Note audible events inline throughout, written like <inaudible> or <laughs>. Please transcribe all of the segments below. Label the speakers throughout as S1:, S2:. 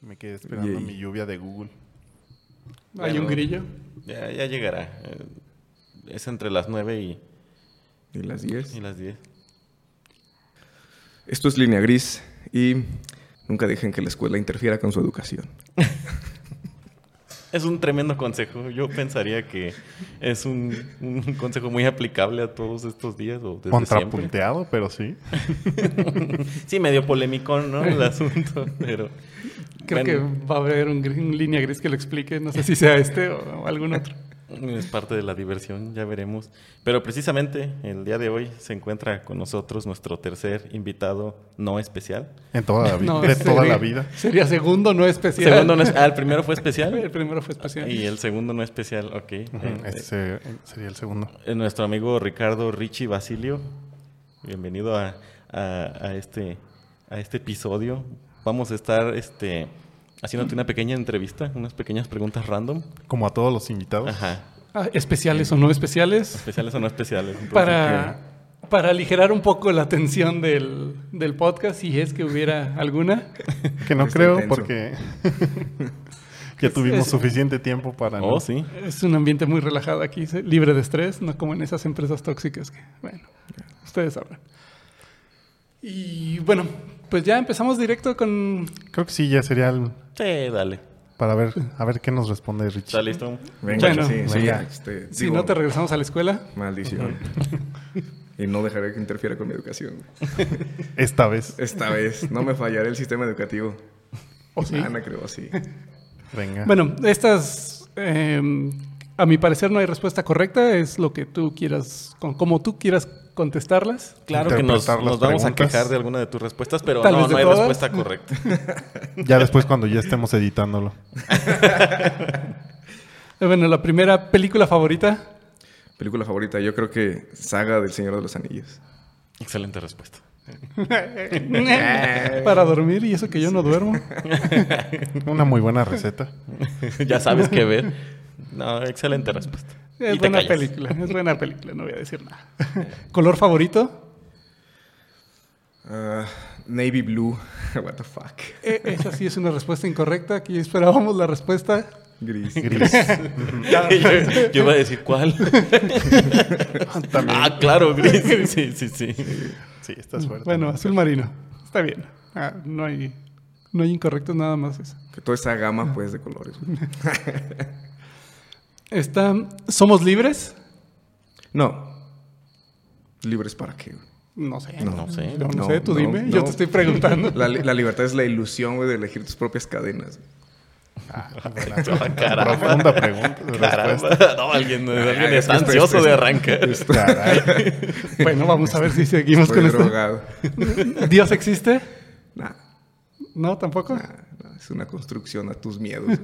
S1: Me quedé esperando
S2: Yay.
S1: mi lluvia de Google.
S3: Hay
S2: Bueno.
S3: un grillo.
S4: Ya, ya llegará. Eh, Es entre las 9 y,
S2: Y las 10.
S4: y las 10.
S2: Esto es Línea Gris y nunca dejen que la escuela interfiera con su educación.
S4: Es un tremendo consejo. Yo pensaría que es un, un consejo muy aplicable a todos estos días o desde siempre.
S1: Contrapunteado, pero sí.
S4: Sí, medio polémico, ¿no? El asunto, <laughs> pero...
S3: Creo
S4: bueno,
S3: que va a haber un, gri- un línea gris que lo explique. No sé si sea este o, o algún otro.
S4: Es parte de la diversión, ya veremos. Pero precisamente el día de hoy se encuentra con nosotros nuestro tercer invitado no especial.
S1: En toda
S3: <laughs>
S1: la vida.
S3: No,
S1: de
S3: sería-
S1: toda la vida.
S3: Sería segundo no especial.
S4: Segundo no es- ah, el primero fue
S3: <laughs> El
S4: especial
S3: primero fue especial.
S4: y el segundo no especial, ok.
S1: Ujú,
S4: Eh,
S1: Este se- sería el segundo.
S4: eh, nuestro amigo Ricardo Richie Basilio, bienvenido a, a- a este, a este episodio. Vamos a estar este, haciéndote una pequeña entrevista, unas pequeñas preguntas random.
S1: Como a todos los invitados.
S4: Ajá,
S3: Ah, especiales o no especiales.
S4: especiales o no especiales. Entonces,
S3: para, para aligerar un poco la tensión del, del podcast, si es que hubiera alguna.
S1: Que no
S2: Está
S1: creo
S2: intenso.
S1: porque <laughs> ya tuvimos
S3: es-
S1: suficiente tiempo para... no-
S4: Oh, sí.
S3: Es un ambiente muy relajado aquí, se- libre de estrés, no como en esas empresas tóxicas que, bueno, ustedes sabrán. Y bueno, pues ya empezamos directo con...
S1: Creo que sí, ya sería el-
S4: Sí, dale.
S1: para ver, a ver qué nos responde Richie.
S4: ¿Está listo?
S2: Venga,
S3: Bueno,
S2: sí, sí,
S1: venga.
S2: este,
S3: Si
S2: digo,
S3: no te regresamos a la escuela,
S2: Maldición. <laughs> y no dejaré que interfiera con mi educación.
S1: Esta vez.
S2: Esta vez no me fallará el sistema educativo.
S3: o sí.
S2: Ana, creo, sí.
S1: Venga.
S3: Bueno, estas, eh, a mi parecer no hay respuesta correcta, es lo que tú quieras, con, como tú quieras contestarlas.
S4: Claro que nos,
S1: Interpretar las
S4: nos vamos a
S1: preguntas.
S4: quejar de alguna de tus respuestas, pero
S3: Tal
S4: no,
S3: vez de
S4: no hay
S3: todas.
S4: respuesta correcta.
S1: Ya después cuando ya estemos editándolo.
S3: Eh, Bueno, la primera película favorita
S4: <laughs>
S2: Película favorita, yo creo que Saga del Señor de los Anillos.
S4: Excelente respuesta. <laughs>
S3: para dormir y eso que yo no duermo.
S4: <laughs>
S1: Una muy buena receta.
S4: ya sabes qué ver. No, excelente respuesta. Y
S3: Es
S4: te
S3: buena
S4: callas.
S3: película, es buena película, no voy a decir nada. ¿Color favorito?
S2: Ah, Navy Blue. <laughs> What the fuck.
S3: Eh, esa sí es una respuesta incorrecta, aquí esperábamos la respuesta.
S2: Gris. <laughs>
S3: <laughs>
S1: Gris.
S4: <laughs> yo, yo iba a decir cuál.
S1: También.
S4: ah, claro, gris. Sí, sí, sí.
S1: Sí, estás fuerte.
S3: Bueno, azul marino, está bien. Ah, no hay no hay incorrectos nada más eso.
S2: Que toda esa gama, pues, de colores. güey.
S3: Está Somos libres?
S2: No. ¿Libres para qué? güey?
S3: No sé.
S2: No,
S4: no sé.
S3: No, no
S2: No,
S3: sé, tú
S2: no,
S3: dime, yo
S2: no.
S3: te estoy preguntando.
S2: <laughs> La, li- la libertad es la ilusión, güey, de elegir tus propias cadenas. güey.
S4: Caramba.
S1: Ah, Profunda pregunta. Respuesta.
S4: Caramba. No, alguien,
S2: es
S4: alguien está
S2: que estoy-
S4: ansioso
S2: estoy-
S4: de arrancar.
S1: Caray.
S3: Bueno, vamos a ver si seguimos
S2: Estoy
S3: con esto.
S2: drogado.
S3: ¿Dios existe?
S2: Nah,
S3: No, tampoco.
S2: nah, nah, es una construcción a tus miedos. güey.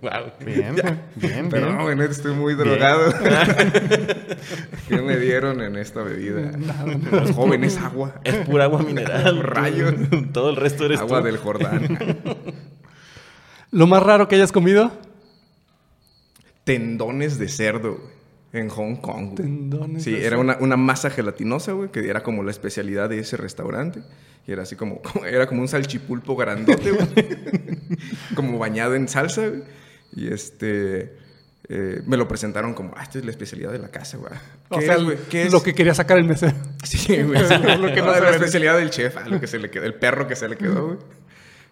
S4: Wow.
S1: Bien, bien,
S2: Pero
S1: bien.
S2: no, güey, neta, estoy muy
S4: <laughs>
S2: drogado. ¿Qué me dieron en esta bebida? Los jóvenes agua.
S4: Es pura agua mineral.
S2: Rayos.
S4: Todo el resto eres
S2: Agua
S4: tú.
S2: del Jordán.
S3: ¿Lo más raro que hayas comido?
S2: Tendones de cerdo, güey, En Hong Kong. güey.
S3: Tendones.
S2: Sí,
S3: de
S2: era
S3: cerdo.
S2: una, una masa gelatinosa, güey, que era como la especialidad de ese restaurante. Y era así como, <laughs> como- era como un salchipulpo grandote, güey. <laughs> como bañado en salsa, güey. Y este, eh, me lo presentaron como, ah, esta es la especialidad de la casa, güey.
S3: O
S2: ¿Qué
S3: sea,
S2: es, güey? ¿Qué es?
S3: lo que quería sacar el mesero.
S2: <laughs> Sí, güey. sí,
S3: <laughs> Lo que no
S2: Ah, la
S3: se vende.
S2: especialidad del chef, ah, lo que se le quedó, el perro que se le quedó, güey.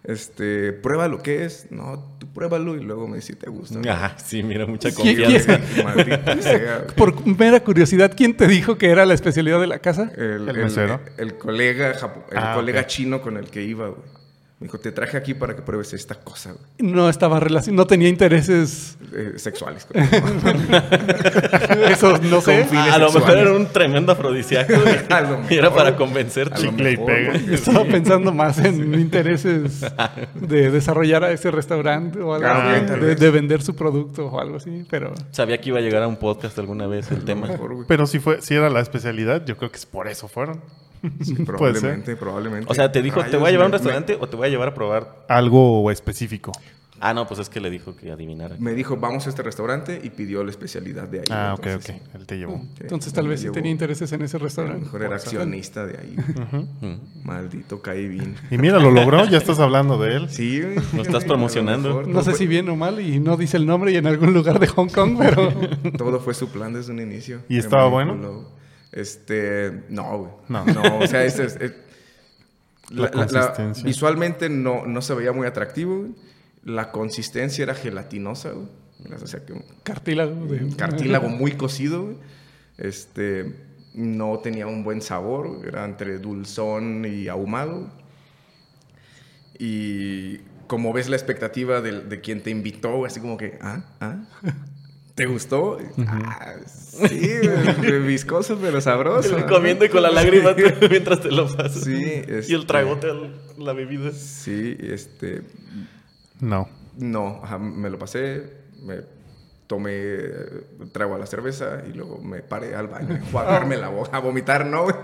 S2: Este, prueba lo que es. No, tú pruébalo y luego me dices si te gusta. güey.
S4: Ajá, sí, mira, mucha
S3: Sí,
S4: confianza. <laughs>
S2: Maldita sea, güey.
S3: Por mera curiosidad, ¿quién te dijo que era la especialidad de la casa?
S2: El,
S1: ¿El
S2: el-
S1: mesero?
S2: el colega, japo- el
S1: Ah,
S2: colega
S1: ok.
S2: chino con el que iba, güey. Me dijo, te traje aquí para que pruebes esta cosa, güey.
S3: No estaba relacionado, no
S2: <laughs>
S3: tenía intereses.
S2: Eh,
S1: <laughs>
S2: sexuales. güey.
S3: Eso no sé.
S2: Con fines
S4: a lo mejor
S2: sexuales.
S4: era un tremendo afrodisíaco.
S2: <laughs> A lo
S4: Y era
S2: mejor,
S4: para
S2: güey.
S4: convencerte.
S2: A lo
S1: Chicle y
S2: mejor,
S1: pega.
S2: güey.
S3: Estaba pensando más en intereses de desarrollar a ese restaurante o algo
S2: Ah,
S3: así,
S2: ok, tal
S3: de,
S2: vez.
S3: de vender su producto o algo así, pero
S4: Sabía que iba a llegar a un podcast alguna vez el tema.
S2: Mejor, güey.
S1: Pero si fue, si era la especialidad, yo creo que es por eso fueron.
S2: Sí,
S1: Pues, ser.
S2: probablemente, probablemente.
S4: O sea, te dijo, te
S2: Rayos,
S4: voy a llevar a un
S2: me- me-
S4: restaurante o te voy a llevar a probar
S1: Algo específico.
S4: Ah, no, pues es que le dijo que adivinara.
S2: Me dijo, vamos a este restaurante y pidió la especialidad de ahí.
S1: Ah, ok, ok.
S2: Entonces,
S1: Él te llevó.
S2: pues, sí,
S3: Entonces tal vez sí
S2: llevó-
S3: tenía intereses en ese
S2: A lo
S3: restaurante.
S2: mejor era accionista de ahí.
S1: Ujú.
S4: Mm.
S2: Maldito Caivin.
S1: Y mira, lo logró, ya estás hablando de él.
S2: Sí, güey, fíjate,
S4: estás
S2: a lo
S4: promocionando.
S2: mejor
S3: No pues
S2: todo
S3: sé
S2: fue-
S3: si bien o mal y no dice el nombre y en algún lugar de Hong Kong, pero
S1: <laughs>
S2: Todo fue su plan desde un inicio.
S1: ¿Y
S2: Me
S1: estaba
S2: manipuló.
S1: bueno?
S2: Este, no, güey.
S1: No.
S2: No. o sea, este es- es-
S1: La consistencia.
S2: visualmente no, no se veía muy atractivo. güey. La consistencia era gelatinosa, güey. O sea, que un
S3: <laughs> cartílago. De...
S2: <laughs> cartílago muy cocido, güey. Este, no tenía un buen sabor, güey. era entre dulzón y ahumado. Y como ves la expectativa de, de quien te invitó, güey, así como que, ah, ah. ¿Te gustó? Ah, sí, güey, <laughs> viscoso pero sabroso.
S4: Te <laughs> comiendo y con la lágrima <laughs> tú- mientras te lo pasas.
S2: Sí,
S4: Y el
S2: este-
S4: tragote, al- la bebida.
S2: Sí, este,
S1: No.
S2: No, ajá, me lo pasé, me tomé eh, trago a la cerveza y luego me paré al baño a enjuagarme la boca, a vomitar, ¿no? güey.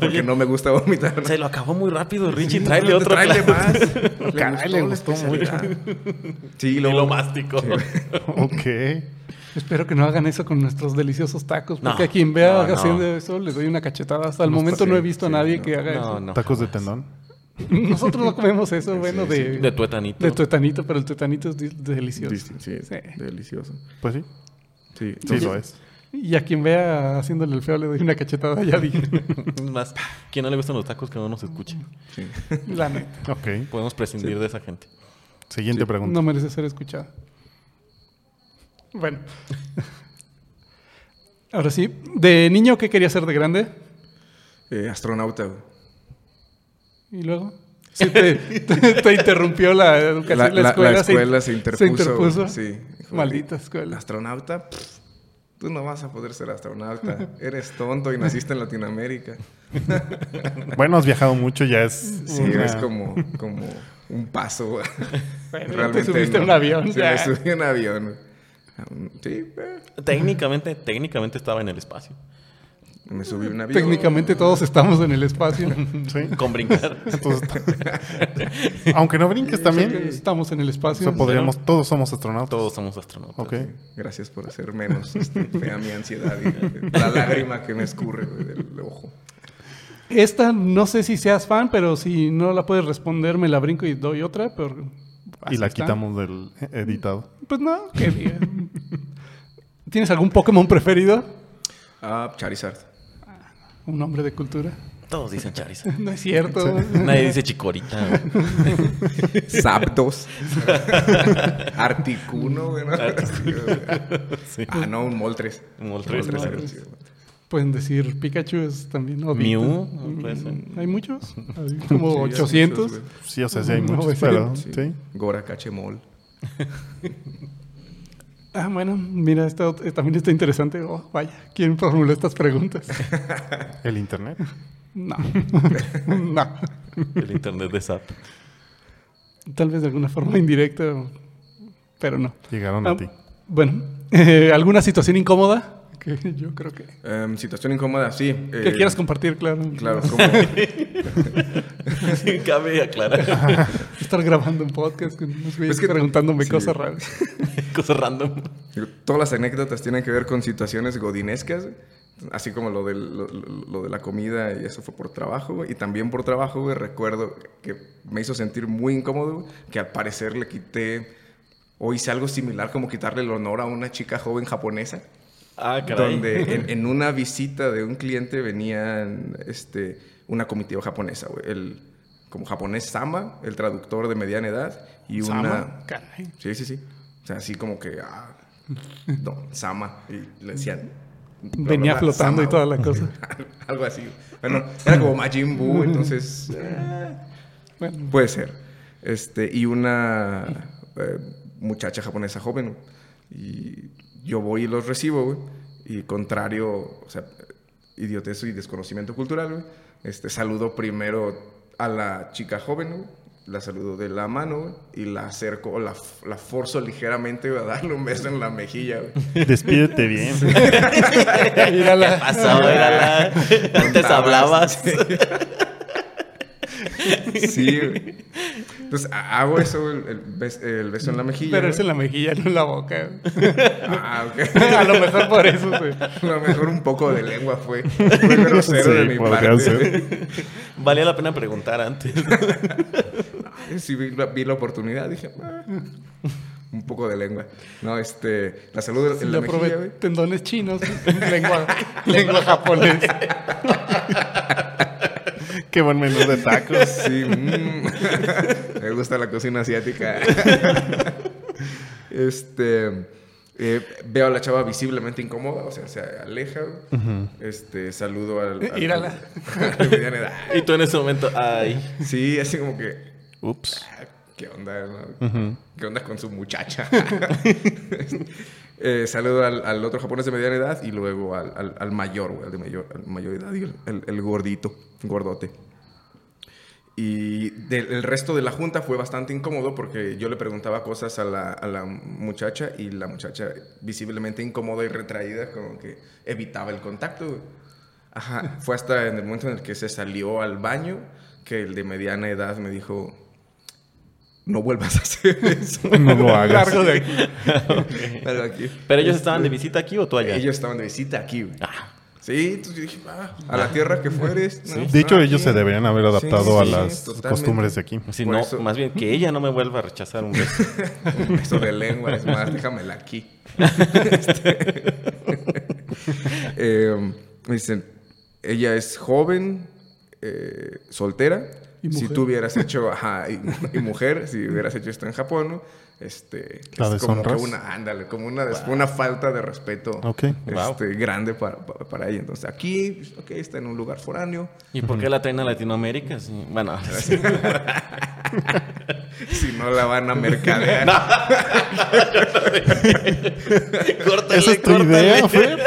S2: Porque no me gusta
S4: <laughs>
S2: vomitar.
S4: Se lo acabó muy rápido, Richie. tráele otro
S2: Tráele
S4: plato.
S2: más.
S1: Caray, le gustó mucho.
S2: mucho. Sí,
S4: <laughs> Y
S2: luego-
S4: lo mastico.
S2: <laughs>
S1: Ok.
S3: <laughs> Espero que no hagan eso con nuestros deliciosos tacos,
S4: No,
S3: porque a quien vea
S4: no,
S3: haciendo
S4: no.
S3: eso les doy una cachetada. Hasta el
S2: Justo,
S3: momento no
S2: sí,
S3: he visto a
S2: sí,
S3: nadie
S2: no,
S3: que haga
S4: no,
S3: eso.
S4: no.
S1: Tacos de tendón.
S3: <laughs> Nosotros no comemos eso,
S2: Sí,
S3: bueno,
S2: sí,
S3: de,
S4: De tuetanito. <laughs>
S3: de tuetanito, pero el tuetanito es di- delicioso.
S2: Sí, sí,
S3: Sí.
S2: delicioso.
S1: Pues sí,
S2: Sí,
S1: sí
S2: entonces-
S1: lo es.
S3: Y a quien vea haciéndole el feo le doy una cachetada, ya dije. <laughs>
S4: Más, ¿quién no le gustan los tacos que no nos escuche?
S2: sí.
S3: La neta,
S1: Ok.
S4: Podemos prescindir de esa gente.
S1: Siguiente pregunta.
S3: no merece ser escuchada. Bueno. <laughs> Ahora sí, de niño, ¿qué quería ser de grande?
S2: <laughs> Eh, astronauta. güey.
S3: Y luego.
S2: <laughs>
S3: Sí, te, te- te interrumpió la educación. La,
S2: La, la- la
S3: escuela, se-
S2: escuela se, interpuso.
S3: interpuso.
S2: Sí. Dijo,
S3: Maldita
S2: El
S3: escuela.
S2: astronauta, pff, tú no vas a poder ser astronauta. Eres tonto y naciste en Latinoamérica.
S1: Bueno, has viajado mucho, ya es.
S2: Sí,
S1: una-
S2: es como, como un paso.
S3: <laughs> Bueno, ya te subiste a un
S2: no.
S3: avión.
S2: Sí,
S3: ya.
S2: me subí a un avión. Sí, eh,
S4: Técnicamente, técnicamente estaba en el espacio.
S2: me subí a un avión.
S3: Técnicamente todos estamos en el espacio.
S1: Sí.
S2: <laughs>
S4: Con brincar.
S1: Entonces, <laughs> aunque no brinques también,
S3: Estamos en el
S1: o
S3: espacio.
S1: sea, podríamos, todos somos astronautas.
S4: Todos somos astronautas.
S1: Ok.
S2: Gracias por hacer menos este, fea mi ansiedad y la lágrima que me escurre güey, del ojo.
S3: Esta no sé si seas fan, pero si no la puedes responder, me la brinco y doy otra, pero. así
S1: Y la
S3: está.
S1: quitamos del editado.
S3: Pues no,
S2: <laughs>
S3: qué bien. ¿Tienes algún Pokémon preferido?
S2: Ah, Charizard.
S3: Un hombre de cultura.
S4: Todos dicen Charizard.
S3: <laughs> No es cierto.
S4: <laughs> Nadie dice Chicorita.
S2: <laughs>
S4: güey.
S3: <laughs>
S2: Zapdos. Articuno. güey, ¿no? Ah, no, un Moltres.
S4: Moltres.
S2: Moltres, sí,
S3: Pueden decir Pikachu es también. odito.
S4: Mew. ¿no? Puede ser.
S3: Hay muchos. Hay como
S2: Sí, hay
S3: 800.
S2: muchos, güey.
S1: Sí, o sea, sí hay
S3: No,
S1: muchos,
S3: sí,
S1: pero
S2: Sí.
S1: sí.
S2: Gora Cachemol.
S3: ah, bueno, mira, esto eh, también está interesante. Oh, vaya, ¿quién formuló estas preguntas?
S1: El internet.
S3: No. <laughs> no.
S4: El internet
S2: <laughs>
S4: de SAP.
S3: Tal vez de alguna forma indirecta, pero no.
S1: Llegaron
S3: Ah,
S1: a ti.
S3: Bueno, <laughs> eh, ¿alguna situación incómoda? Que yo creo que.
S2: Em, situación incómoda, sí.
S3: Que
S2: eh,
S3: quieras compartir, claro.
S2: Claro, como
S4: <laughs> Cabe aclarar.
S2: <laughs>
S3: Estar grabando un podcast con unos güeyes
S2: Es que-
S3: preguntándome
S2: sí.
S3: cosas raras.
S4: Cosas random.
S2: Todas las anécdotas tienen que ver con situaciones godinescas, así como lo, del- lo- lo- lo de la comida y eso fue por trabajo, güey. Y también por trabajo, güey, recuerdo que me hizo sentir muy incómodo, güey, que al parecer le quité o hice algo similar como quitarle el honor a una chica joven japonesa,
S4: Ah, caray.
S2: donde en, en una visita de un cliente venían este, una comitiva japonesa, güey. El, como japonés Sama, el traductor de mediana edad, y una...
S3: Sama, Caray.
S2: Sí, sí, sí. O sea, así como que, ah, no, Sama. Y le decían.
S3: Venía flotando y toda
S2: todo
S3: la cosa.
S2: <laughs> Algo así. Bueno, era como Majin Buu, entonces. eh,
S3: Bueno,
S2: puede ser. Este, y una eh, muchacha japonesa joven. Y yo voy y los recibo, güey. Y contrario, o sea, idiotez y desconocimiento cultural, güey. Este, saludo primero a la chica joven, güey. La saludo de la mano, güey, Y la acerco, o la, f- la forzo ligeramente, güey, a darle un beso en la mejilla, güey.
S1: Despídete bien.
S4: <laughs> ¿Qué pasó?
S2: Ah.
S4: <laughs> Mírala. Antes hablabas.
S2: Sí, güey. Entonces a- hago eso, el, el bes- el beso en la mejilla.
S3: Pero
S2: güey.
S3: es en la mejilla, no en la boca. <laughs>
S2: Ah, ok.
S3: A lo mejor por eso, güey.
S2: A lo mejor un poco de lengua fue, fue grosero de
S1: Sí,
S2: mi
S1: podría ser.
S2: parte.
S4: <laughs> Valía la pena preguntar antes.
S2: <laughs> Sí, vi, la- vi la oportunidad, dije, "Ah, un poco de lengua. No, este, la salud en
S3: Le
S2: la mejilla,
S3: probé
S2: güey.
S3: tendones chinos, lengua, lengua japonesa.
S1: Qué buen menú de <laughs> tacos.
S2: Sí, mm. <laughs> me gusta la cocina asiática. este, eh, veo a la chava visiblemente incómoda, o sea, se aleja. Este, saludo al... al
S3: Írala.
S2: <laughs> al de mediana edad.
S4: Y tú en ese momento, ay,
S2: Sí, así como que, "Ah,
S4: ups.
S2: ¿Qué onda? no? ¿Qué onda con su muchacha? Eh, saludo al, al otro japonés de mediana edad y luego al, al- al mayor, güey, al de mayor, al mayor edad, y el, el- el gordito, gordote. Y del- el resto de la junta fue bastante incómodo porque yo le preguntaba cosas a la, a la muchacha y la muchacha visiblemente incómoda y retraída como que evitaba el contacto. güey.
S1: <laughs>
S2: Ajá, fue hasta en el momento en el que se salió al baño que el de mediana edad me dijo, no vuelvas a hacer eso.
S1: No lo
S2: <laughs>
S1: hagas.
S3: Largo de aquí.
S2: Pero aquí- Este,
S4: ¿Pero ellos estaban de visita Ah. aquí o tú allá?
S2: Ellos estaban de visita aquí, güey. Sí, entonces yo dije, ah, a la tierra que fueres. no,
S1: De hecho,
S2: ah,
S1: ellos
S2: sí.
S1: se deberían haber adaptado
S2: Sí,
S1: a
S2: sí,
S1: las
S2: totalmente.
S1: costumbres de aquí.
S4: Sí,
S2: por
S4: no,
S2: eso-
S4: más bien que ella no me vuelva a rechazar un beso.
S2: <laughs> Un beso de lengua, es más, déjamela aquí. Este, <laughs> eh, me dicen, ella es joven, eh, soltera.
S3: Y
S2: Si
S3: mujer.
S2: tú hubieras hecho, ajá, y, y mujer, si hubieras hecho esto en Japón, ¿no? Este,
S1: ¿La
S2: es como que
S1: deshonras?
S2: una, ándale, como una, des- una falta de respeto
S1: Ok.
S2: este, grande para, para, para ella. Entonces, aquí, ok, está en un lugar foráneo,
S4: ¿Y por qué la traen a Latinoamérica? Sí, Bueno,
S2: si no la van a mercadear.
S4: córtale,
S1: ¿Esa es tu
S4: córtale. <laughs>
S1: idea, Fer?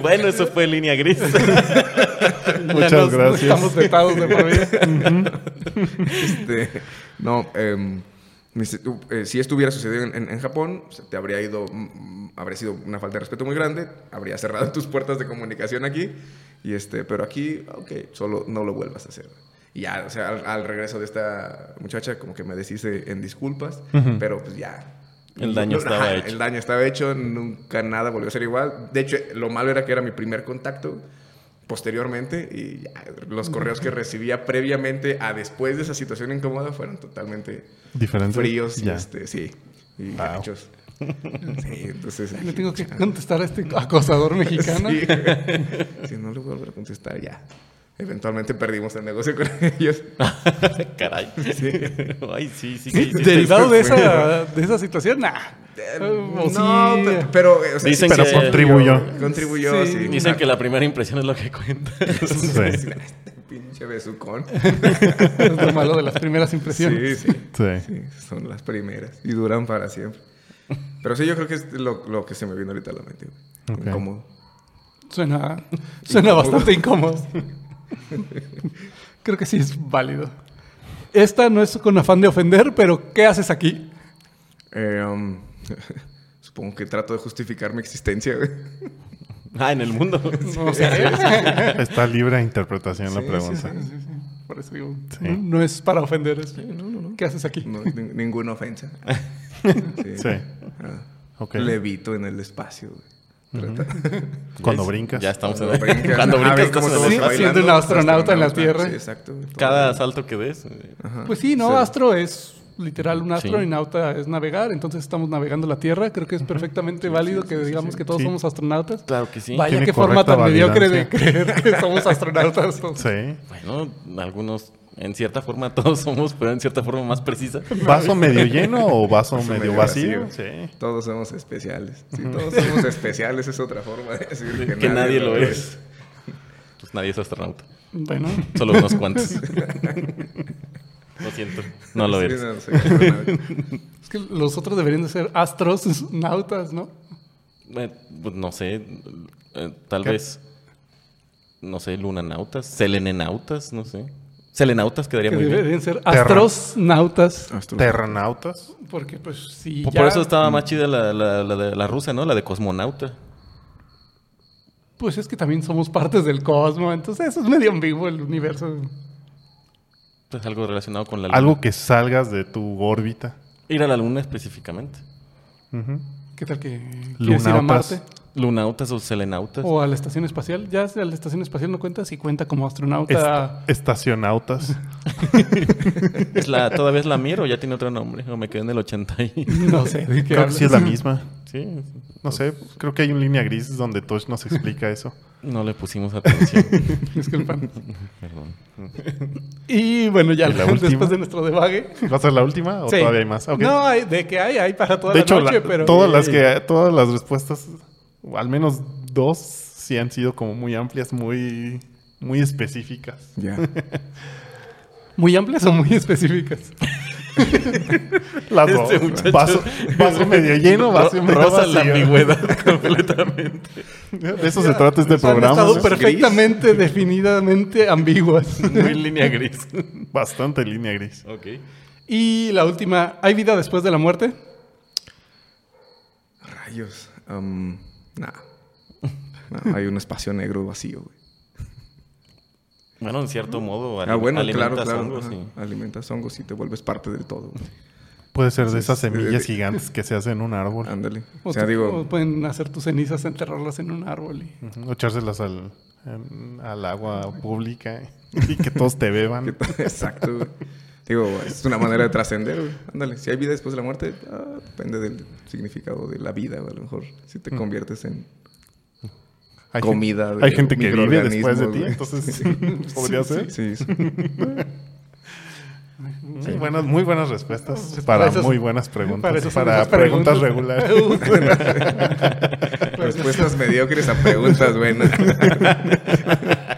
S4: Bueno, eso fue línea gris. <laughs>
S1: Muchas
S3: Ya nos-
S1: gracias.
S3: Estamos vetados de por vida.
S2: Este, no, em, me dice, tú, eh, si esto hubiera sucedido en, en- en Japón, o sea, te habría ido, mm, mm, habría sido una falta de respeto muy grande, habría cerrado <laughs> tus puertas de comunicación aquí, y este, pero aquí, ok, solo no lo vuelvas a hacer. Y ya, o sea, al, al regreso de esta muchacha, como que me deshice en disculpas, pero pues ya.
S4: El daño
S2: No,
S4: estaba
S2: ajá,
S4: hecho.
S2: El daño estaba hecho, nunca nada volvió a ser igual. De hecho, lo malo era que era mi primer contacto posteriormente y ya, los correos
S3: <laughs>
S2: que recibía previamente a después de esa situación incómoda fueron totalmente
S1: Diferentes.
S2: fríos, y
S1: Ya.
S2: este, sí, y
S1: Wow.
S2: gachos. Sí, entonces...
S3: <laughs> Le
S2: <laughs>
S3: tengo que <laughs> contestar a este acosador mexicano.
S2: Sí. Si no le vuelvo a contestar, ya. Eventualmente perdimos el negocio con <laughs> ellos.
S4: Caray. Ay, sí, sí.
S3: Sí,
S4: sí, sí.
S3: derivado de
S2: fue-
S3: esa, de esa situación, nah.
S2: Eh,
S3: Oh,
S2: no,
S3: sí.
S2: pe- pero... o sea, sí
S4: Dicen
S1: Pero
S4: que-
S1: contribuyó.
S2: Contribuyó,
S3: Sí.
S2: sí.
S4: Dicen que la primera impresión es lo que cuenta.
S1: Sí,
S2: Este pinche
S3: <laughs>
S2: besucón.
S3: Es lo malo de las primeras impresiones.
S2: Sí, sí.
S1: sí.
S2: Sí, <laughs> son las primeras y duran para siempre. Pero sí, yo creo que es lo, lo que se me vino ahorita a la mente. güey.
S1: Ok.
S2: Incómodo.
S3: Suena, suena
S2: Incómodo.
S3: bastante incómodo. Creo que sí es válido. Esta no es con afán de ofender, pero ¿qué haces aquí?
S2: Eh, um, <laughs> supongo que trato de justificar mi existencia. güey.
S4: Ah, en el mundo.
S3: O sea,
S1: Está libre de interpretación la
S2: Sí,
S1: pregunta.
S3: sí, sí, sí. Por eso digo,
S1: Sí.
S3: no, no es para ofender. es, ¿Qué haces aquí?
S2: No, ni-
S1: <laughs>
S2: ninguna ofensa. Sí.
S1: Sí.
S2: Ah,
S1: Ok.
S2: Levito en el espacio. güey. Trata-
S1: Cuando
S4: ¿Ves?
S1: brincas.
S4: Ya estamos en
S2: Cuando brincas,
S4: <laughs> Cuando
S2: ajá,
S4: brincas,
S2: ves
S4: estás
S2: cómo
S4: en el
S2: todos
S3: Sí,
S4: espacio.
S3: haciendo un astronauta en la Tierra.
S2: Sí, exacto. güey. Todo-
S4: Cada salto que des. eh.
S2: Ajá.
S3: Pues sí, no,
S2: Sí.
S3: astro es literal un astro
S4: Sí.
S3: y nauta es navegar, entonces estamos navegando la Tierra, creo que es perfectamente válido que digamos que todos
S1: Sí.
S3: somos astronautas.
S4: Claro que sí.
S3: Vaya
S1: Tiene
S3: qué forma
S1: correcta
S3: tan mediocre de
S1: validancia.
S3: creer que somos astronautas. todos.
S1: Sí.
S4: Bueno, algunos, en cierta forma <laughs> todos somos, pero en cierta forma más precisa.
S1: ¿Vaso medio lleno o vaso medio
S2: medio
S1: vacío?
S2: vacío.
S1: Sí.
S2: Todos somos especiales. Sí, todos somos especiales es otra forma de decir que,
S4: Que nadie lo es. Pues nadie es astronauta.
S3: Bueno,
S4: Solo unos cuantos. Lo siento, no lo
S2: Sí,
S4: eres.
S2: no, soy astronauta.
S3: es que los otros deberían de ser astros nautas, ¿no?
S4: Eh, pues no sé, eh, tal
S1: ¿Qué?
S4: vez, no sé, lunanautas, selenenautas, no sé. Selenautas quedaría
S3: Que
S4: muy bien.
S3: deberían ser astronautas.
S1: Terranautas.
S3: Porque pues sí.
S4: Por
S3: ya-
S4: eso estaba más chida la, la, la de la rusa, ¿no? La de cosmonauta.
S3: Pues es que también somos partes del cosmos, entonces eso es medio ambiguo el universo.
S4: Pues algo relacionado con la luna.
S1: Algo que salgas de tu órbita.
S4: Ir a la luna específicamente.
S1: Ujú.
S3: ¿Qué tal que quieres ir a
S1: Lunautas.
S3: Marte?
S4: Lunautas o selenautas.
S3: O a la estación espacial. Ya a la estación espacial no cuenta si cuenta como astronauta.
S1: Est- estacionautas.
S4: ¿Es la, ¿Todavía es la Mir o ya tiene otro nombre? O me quedé en el 80 y... <laughs>
S3: <laughs> No sé. ¿de qué
S1: Creo que sí es
S3: hablas?
S1: la misma.
S4: Sí,
S1: No sé, creo que hay una línea gris donde Tosh nos explica eso.
S4: no le pusimos
S1: <laughs>
S4: atención.
S3: Disculpa.
S4: Perdón.
S3: Y bueno, ya
S1: ¿Y la última?
S3: <laughs> después de nuestro debague.
S1: ¿Va a ser la última o
S3: Sí.
S1: todavía hay más? Ah, ok.
S3: No, hay, de que hay, hay para toda
S1: de
S3: la
S1: hecho,
S3: noche,
S1: la-
S3: pero. eh,
S1: todas, las que, todas las respuestas, o al menos dos, sí han sido como muy amplias, muy, muy específicas.
S2: <laughs> Ya.
S3: Muy amplias o muy específicas.
S1: Las dos.
S4: Este muchacho-
S1: Vaso, vaso medio lleno, vaso
S4: Ro-
S1: medio
S4: rosa la
S1: vacío.
S4: ambigüedad <laughs> completamente.
S1: De eso se trata este
S3: Han
S1: programa.
S3: estado
S1: ¿no?
S3: perfectamente, definidamente ambiguas.
S4: Muy línea gris. <laughs>
S1: Bastante línea gris.
S4: ok.
S3: Y la última, ¿hay vida después de la muerte?
S2: Rayos. Am, nah. Nah, hay un espacio negro vacío, güey.
S4: Bueno, en cierto modo,
S2: Ah, bueno, claro, claro.
S4: hongos
S2: ajá.
S4: y-
S2: Alimentas hongos y te vuelves parte del todo. güey.
S1: Puede ser de esas
S2: Sí, sí.
S1: semillas gigantes que se hacen en un árbol.
S2: Ándale.
S3: O,
S2: O sea,
S3: tú- o
S2: digo,
S3: pueden hacer tus cenizas, enterrarlas en un árbol. y-
S1: Ujú, O echárselas al, en- al agua pública y que todos te
S2: <laughs> ¿qué
S1: beban.
S2: tal? exacto, güey. Digo, es una manera de trascender, güey. Ándale, si hay vida después de la muerte, ah, depende del significado de la vida, güey. a lo mejor. Si te conviertes en
S1: Mm. Hay gen-
S2: comida. de
S1: hay gente que vive después de ti,
S2: microorganismos,
S1: entonces
S2: güey.
S1: <laughs> podría ser.
S2: Sí, sí.
S1: Muy buenas, muy buenas respuestas para
S3: esas-
S1: muy buenas preguntas.
S3: para
S1: Para,
S3: esas- esas
S1: preguntas,
S3: preguntas.
S1: regulares.
S2: Respuestas mediocres a preguntas
S1: <laughs>
S2: buenas.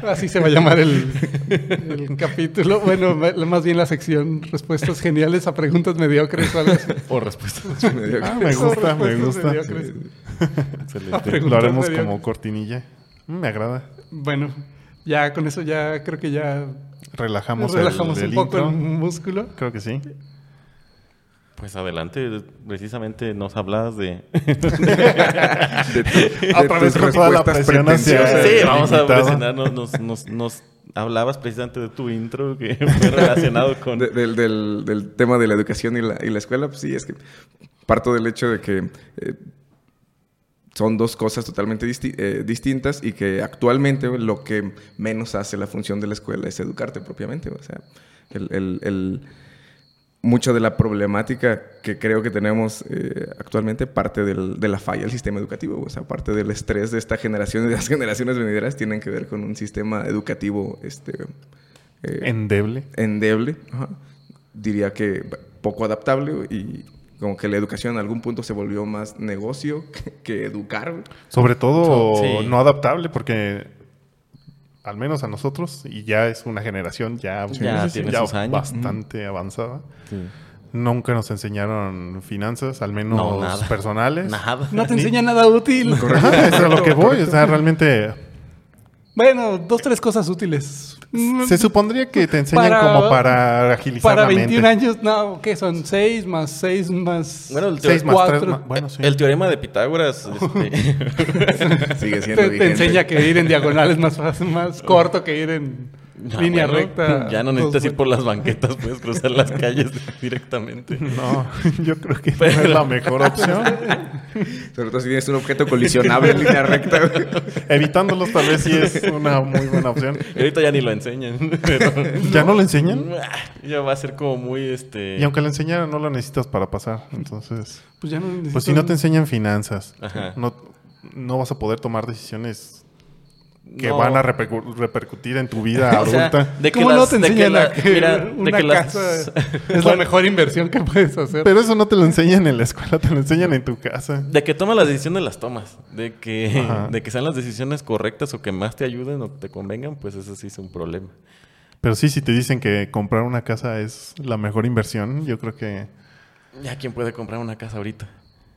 S3: Así se va a llamar el, el capítulo. Bueno, ma- más bien la sección respuestas geniales a preguntas mediocres. o algo así.
S4: O
S3: <laughs>
S4: respuestas.
S1: Ah,
S2: Mediocres.
S1: me gusta,
S3: Son
S1: me
S3: respuestas
S1: gusta.
S3: mediocres.
S4: Excelente.
S3: Apre-
S1: Lo haremos
S3: Preguntas
S1: como cortinilla. Mm, Me agrada.
S3: Bueno, ya con eso ya creo que ya
S1: Relajamos, el-
S3: relajamos
S1: el,
S3: un poco
S1: intro.
S3: el músculo.
S1: Creo que sí.
S4: Pues adelante, precisamente nos hablabas de...
S2: <laughs> De tu- de
S1: Otra vez
S2: tus
S1: con toda la
S2: respuestas
S1: presión hacia-
S2: pretenciosas.
S1: Sí,
S4: sí, vamos a
S1: invitado.
S4: presentar, nos, nos, nos, nos hablabas precisamente de tu intro que <laughs> fue relacionado con...
S2: De- del, del- del tema de la educación y la, y la escuela, pues sí, es que parto del hecho de que eh, son dos cosas totalmente disti- eh, distintas y que actualmente güey, lo que menos hace la función de la escuela es educarte propiamente. O sea, el- el- el- mucha de la problemática que creo que tenemos eh, actualmente parte del- de la falla del sistema educativo. O sea, parte del estrés de esta generación y de las <laughs> generaciones venideras tienen que ver con un sistema educativo este, eh,
S1: Endeble.
S2: endeble, ajá. diría que b- poco adaptable güey, y como que la educación en algún punto se volvió más negocio <laughs> que, que educar. güey.
S1: Sobre todo
S4: Sí.
S1: no adaptable porque al menos a nosotros y ya es una generación ya,
S4: Ya tiene sus años. Mm.
S1: bastante avanzada.
S4: Sí.
S1: Nunca nos enseñaron finanzas, al menos
S4: No, nada.
S1: personales.
S4: Nada.
S3: No te enseña nada útil.
S1: <laughs> Ajá, es a lo que voy, o sea, realmente
S3: <laughs> Bueno, dos, tres cosas útiles.
S1: se supondría que te enseñan
S3: Para-
S1: como para agilizar
S3: Para
S1: la
S3: 21
S1: mente.
S3: años, no, ¿qué son? 6 más 6 más.
S4: Bueno, el, teo-
S1: Seis más
S3: Cuatro.
S1: tres más- bueno, sí.
S4: <laughs> el teorema de
S1: <laughs>
S4: Pitágoras... este,
S2: Sigue
S3: te,
S2: siendo
S3: te
S2: vigente.
S3: enseña que ir en diagonal es más,
S1: <laughs>
S3: fácil, más corto que ir en
S4: No,
S3: línea
S4: bueno,
S3: recta.
S4: <laughs> Ya no
S3: Dos
S4: necesitas ir
S3: vueltas.
S4: por las banquetas, puedes cruzar las calles <laughs> directamente.
S1: No, <laughs> yo creo que no es la mejor opción.
S2: Sobre todo si tienes un objeto colisionable en línea recta. güey.
S1: Evitándolos tal vez sí es una muy buena opción.
S4: Y ahorita ya ni lo enseñan. <laughs> pero-
S1: ¿Ya no lo enseñan?
S4: <laughs> ya va a ser como muy este.
S1: Y aunque lo enseñaran no lo necesitas para pasar, entonces...
S3: Pues ya no necesitas.
S1: Pues si no te enseñan finanzas,
S4: Ajá.
S1: no, no vas a poder tomar decisiones que
S4: No.
S1: van a repercu- repercutir en tu vida
S4: <laughs> O sea,
S1: adulta.
S4: de que
S3: ¿Cómo no
S4: las-
S3: te
S4: de que
S3: enseñan
S4: la-
S3: a que
S4: mira, de
S3: una
S4: que las-
S3: casa
S4: <laughs>
S3: es la mejor inversión que puedes hacer?
S1: Pero eso no te lo enseñan en la escuela, te lo enseñan en tu casa.
S4: De que tomas las decisiones, las tomas. De que,
S1: Ajá.
S4: de que sean las decisiones correctas o que más te ayuden o te convengan, pues eso sí es un problema.
S1: Pero sí, si te dicen que comprar una casa es la mejor inversión, yo creo que
S4: Ya, ¿quién puede comprar una casa ahorita?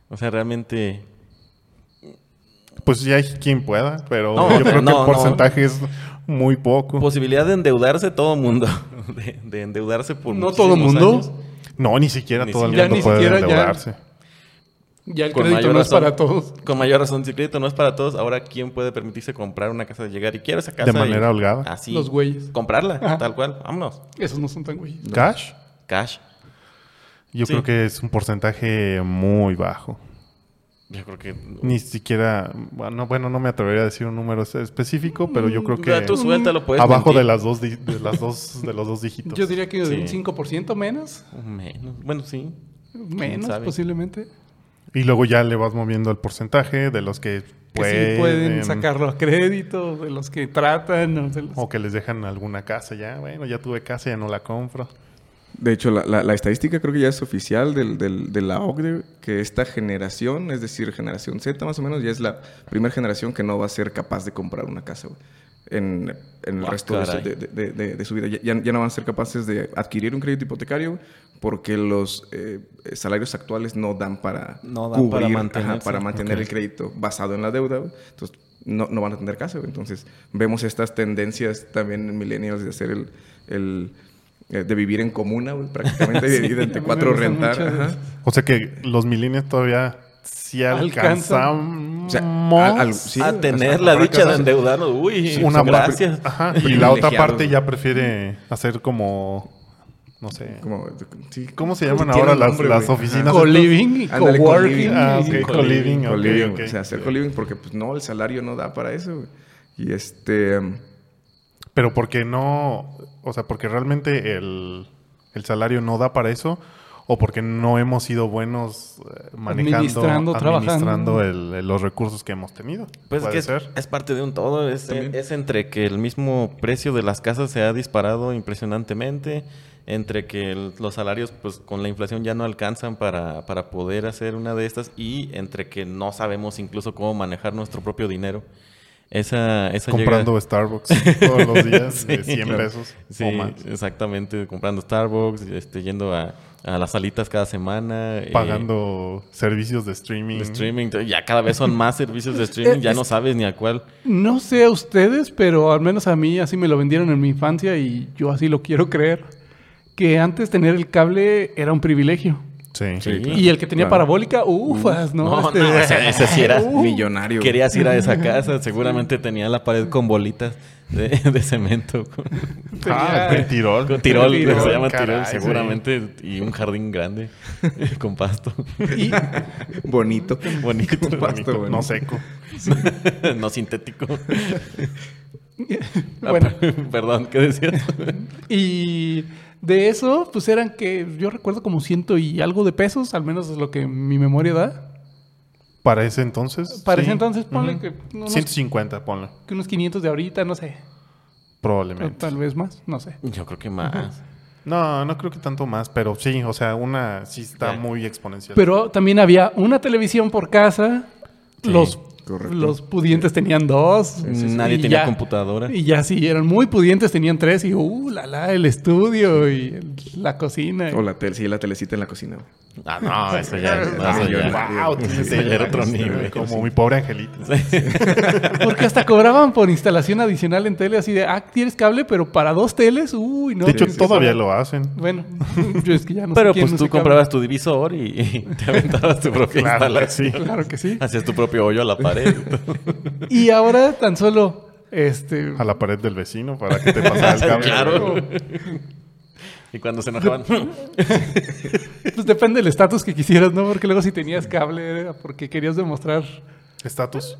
S4: O sea, realmente.
S1: pues ya hay quien pueda, pero
S4: No,
S1: yo
S4: pero
S1: creo que
S4: no, Pues
S1: el
S4: no.
S1: porcentaje es muy poco.
S4: Posibilidad de endeudarse todo mundo. <laughs> De, de endeudarse por
S3: No todo
S4: muchísimos
S3: mundo.
S4: años.
S1: no, ni siquiera
S4: Ni
S1: todo
S4: siquiera-
S1: el mundo
S3: ni
S1: puede
S3: siquiera ya-
S1: endeudarse.
S3: Ya el
S4: Con
S3: crédito
S4: mayor
S3: no es
S4: razón.
S3: para todos.
S4: Con mayor razón, si el crédito no es para todos, ahora ¿quién puede permitirse comprar una casa de llegar? Y quiero esa casa.
S1: De manera
S4: y-
S1: holgada.
S4: Así.
S3: Los güeyes.
S4: Comprarla,
S3: Ajá.
S4: tal cual. Vámonos.
S3: Esos no son tan güeyes.
S1: ¿Cash?
S4: Cash.
S1: Yo
S4: Sí.
S1: creo que es un porcentaje muy bajo.
S4: Yo creo que.
S1: Ni siquiera, bueno, bueno, no me atrevería a decir un número específico, pero yo creo
S4: O sea,
S1: que
S4: Tú suéltalo, puedes.
S1: abajo
S4: pues, mentir.
S1: de las dos di- de las dos de los dos dígitos.
S3: Yo diría que de
S4: Sí.
S3: un 5% menos.
S4: Menos. Bueno, sí.
S3: Menos
S4: sabe?
S3: posiblemente.
S1: Y luego ya le vas moviendo el porcentaje de los que,
S3: Que sí pueden sacarlo a crédito, de los que tratan. o de los-
S1: o que les dejan alguna casa ya, bueno, ya tuve casa, ya no la compro.
S2: De hecho, la, la- la estadística creo que ya es oficial del, del- de la OCDE, E que esta generación, es decir, generación Z más o menos, ya es la primera generación que no va a ser capaz de comprar una casa, güey. En, en el
S4: Ah,
S2: resto de su,
S4: caray.
S2: de, de- de- de su vida. Ya, ya- ya no van a ser capaces de adquirir un crédito hipotecario güey, porque los eh, salarios actuales no dan para
S4: No dan para
S2: ajá,
S4: mantenerse.
S2: para mantener
S1: Ok.
S2: el crédito basado en la deuda. güey. Entonces, no, no van a tener casa. güey. Entonces, vemos estas tendencias también en millennials de hacer el... el eh, de vivir en comuna,
S1: <laughs>
S2: güey, prácticamente, y de- y de entre
S3: A mí me
S2: cuatro
S3: gustan
S2: rentar.
S3: mucho
S2: ajá.
S3: esas.
S1: O sea que los millennials todavía sí
S3: Alcanzan.
S1: alcanzamos
S2: O sea, al- al- sí,
S4: a
S2: güey,
S4: tener
S2: hasta
S4: la
S2: para
S4: dicha de
S2: casarse.
S4: endeudarnos. Uy,
S1: una parte-
S4: gracias. <laughs>
S1: Ajá, y la otra
S2: Privilegiados.
S1: parte ya prefiere hacer como no sé,
S2: Como, sí,
S1: ¿cómo se llaman
S2: Tiene
S1: ahora
S2: un
S1: las,
S2: nombre,
S1: las
S2: güey.
S1: oficinas?
S3: Co-living y
S2: Ándale,
S3: co-working.
S2: co-living.
S1: Ah,
S3: y-
S1: ok, co-living, ok,
S2: co-living,
S1: ok.
S2: O sea, hacer co-living porque, pues, no, el salario no da para eso, güey. Y este...
S1: Pero porque no, o sea, porque realmente el, el salario no da para eso o porque no hemos sido buenos eh, manejando,
S3: Administrando, trabajando.
S1: administrando el- el- los recursos que hemos tenido.
S4: Pues es
S1: Puede
S4: que es,
S1: ser.
S4: es parte de un todo. Es, eh,
S2: También.
S4: es entre que el mismo precio de las casas se ha disparado impresionantemente, entre que el- los salarios pues con la inflación ya no alcanzan para, para poder hacer una de estas y entre que no sabemos incluso cómo manejar nuestro propio dinero. Esa, esa llega-
S1: comprando Starbucks
S4: <laughs>
S1: todos los días de
S4: Sí,
S1: 100
S4: claro.
S1: pesos
S4: Sí, eh,
S1: o más.
S4: exactamente. Comprando Starbucks, este, yendo a, a las salitas cada semana. eh,
S1: Pagando servicios de streaming.
S4: de streaming. Ya cada vez son más
S1: <laughs>
S4: servicios de streaming. Ya no sabes ni a cuál.
S3: No sé a ustedes, pero al menos a mí así me lo vendieron en mi infancia y yo así lo quiero creer. Que antes tener el cable era un privilegio.
S1: Sí.
S4: Sí.
S3: Y el que tenía
S2: Claro.
S3: parabólica, ufas, ¿no?
S4: No,
S3: Este-
S4: no, ese, ese sí
S3: <laughs>
S4: era
S2: millonario. güey.
S4: Querías ir a esa casa, seguramente tenía la pared con bolitas de, de cemento. Con,
S1: Ah,
S3: tenía-
S1: en Tirol.
S4: con tirol,
S3: Tirol,
S4: se llama
S1: caray,
S4: tirol,
S1: sí.
S4: seguramente. Y un jardín grande <laughs> eh, con pasto. <laughs>
S3: y-
S2: Bonito.
S4: Bonito.
S2: Con pasto, güey.
S1: No seco.
S4: no sintético. Ah,
S3: bueno,
S4: Perdón, ¿qué decías?
S3: y de eso, pues eran que yo recuerdo como ciento y algo de pesos, al menos es lo que mi memoria da.
S1: Para ese entonces.
S3: Para ese
S1: sí.
S3: entonces, ponle
S1: Ujú.
S3: que unos-
S1: 150, ponle.
S3: Que unos 500 de ahorita, no sé. o
S1: Probablemente.
S3: Tal vez más, no sé.
S4: Yo creo que más.
S1: No, no creo que tanto más, pero sí, o sea, una sí está
S4: Sí.
S1: muy exponencial.
S3: Pero también había una televisión por casa.
S4: Sí,
S3: los,
S2: correcto.
S3: los pudientes tenían dos.
S4: Nadie
S3: y
S4: tenía
S3: ya-
S4: computadora.
S3: Y ya sí, eran muy pudientes, tenían tres. Y uh, la la, el estudio y el- la cocina.
S2: O la tele, sí, la telecita en la cocina. güey.
S4: Ah, no, eso ya. no, eso ya.
S1: wow, tienes
S4: Sí, era otro
S1: Sí,
S4: nivel.
S1: Como mi pobre angelito.
S3: Porque hasta cobraban por instalación adicional en tele, así de, ah, tienes cable, pero para dos teles, uy, no.
S1: de hecho,
S3: tienes que
S1: todavía
S3: pagar".
S1: lo hacen.
S3: Bueno, <laughs> yo es que ya no sé
S4: Pero
S3: quién
S4: pues tú
S3: usa cable.
S4: comprabas tu divisor y, y te aventabas tu propia
S1: Claro que sí.
S4: instalación.
S3: Claro que sí.
S4: Hacías tu propio hoyo a la pared.
S3: Y ahora tan solo, este...
S1: A la pared del vecino para que te pasara el cable.
S4: <laughs> claro. y cuando se enojaban,
S3: Pues depende del estatus que quisieras, ¿no? Porque luego si tenías cable era porque querías demostrar
S1: Estatus.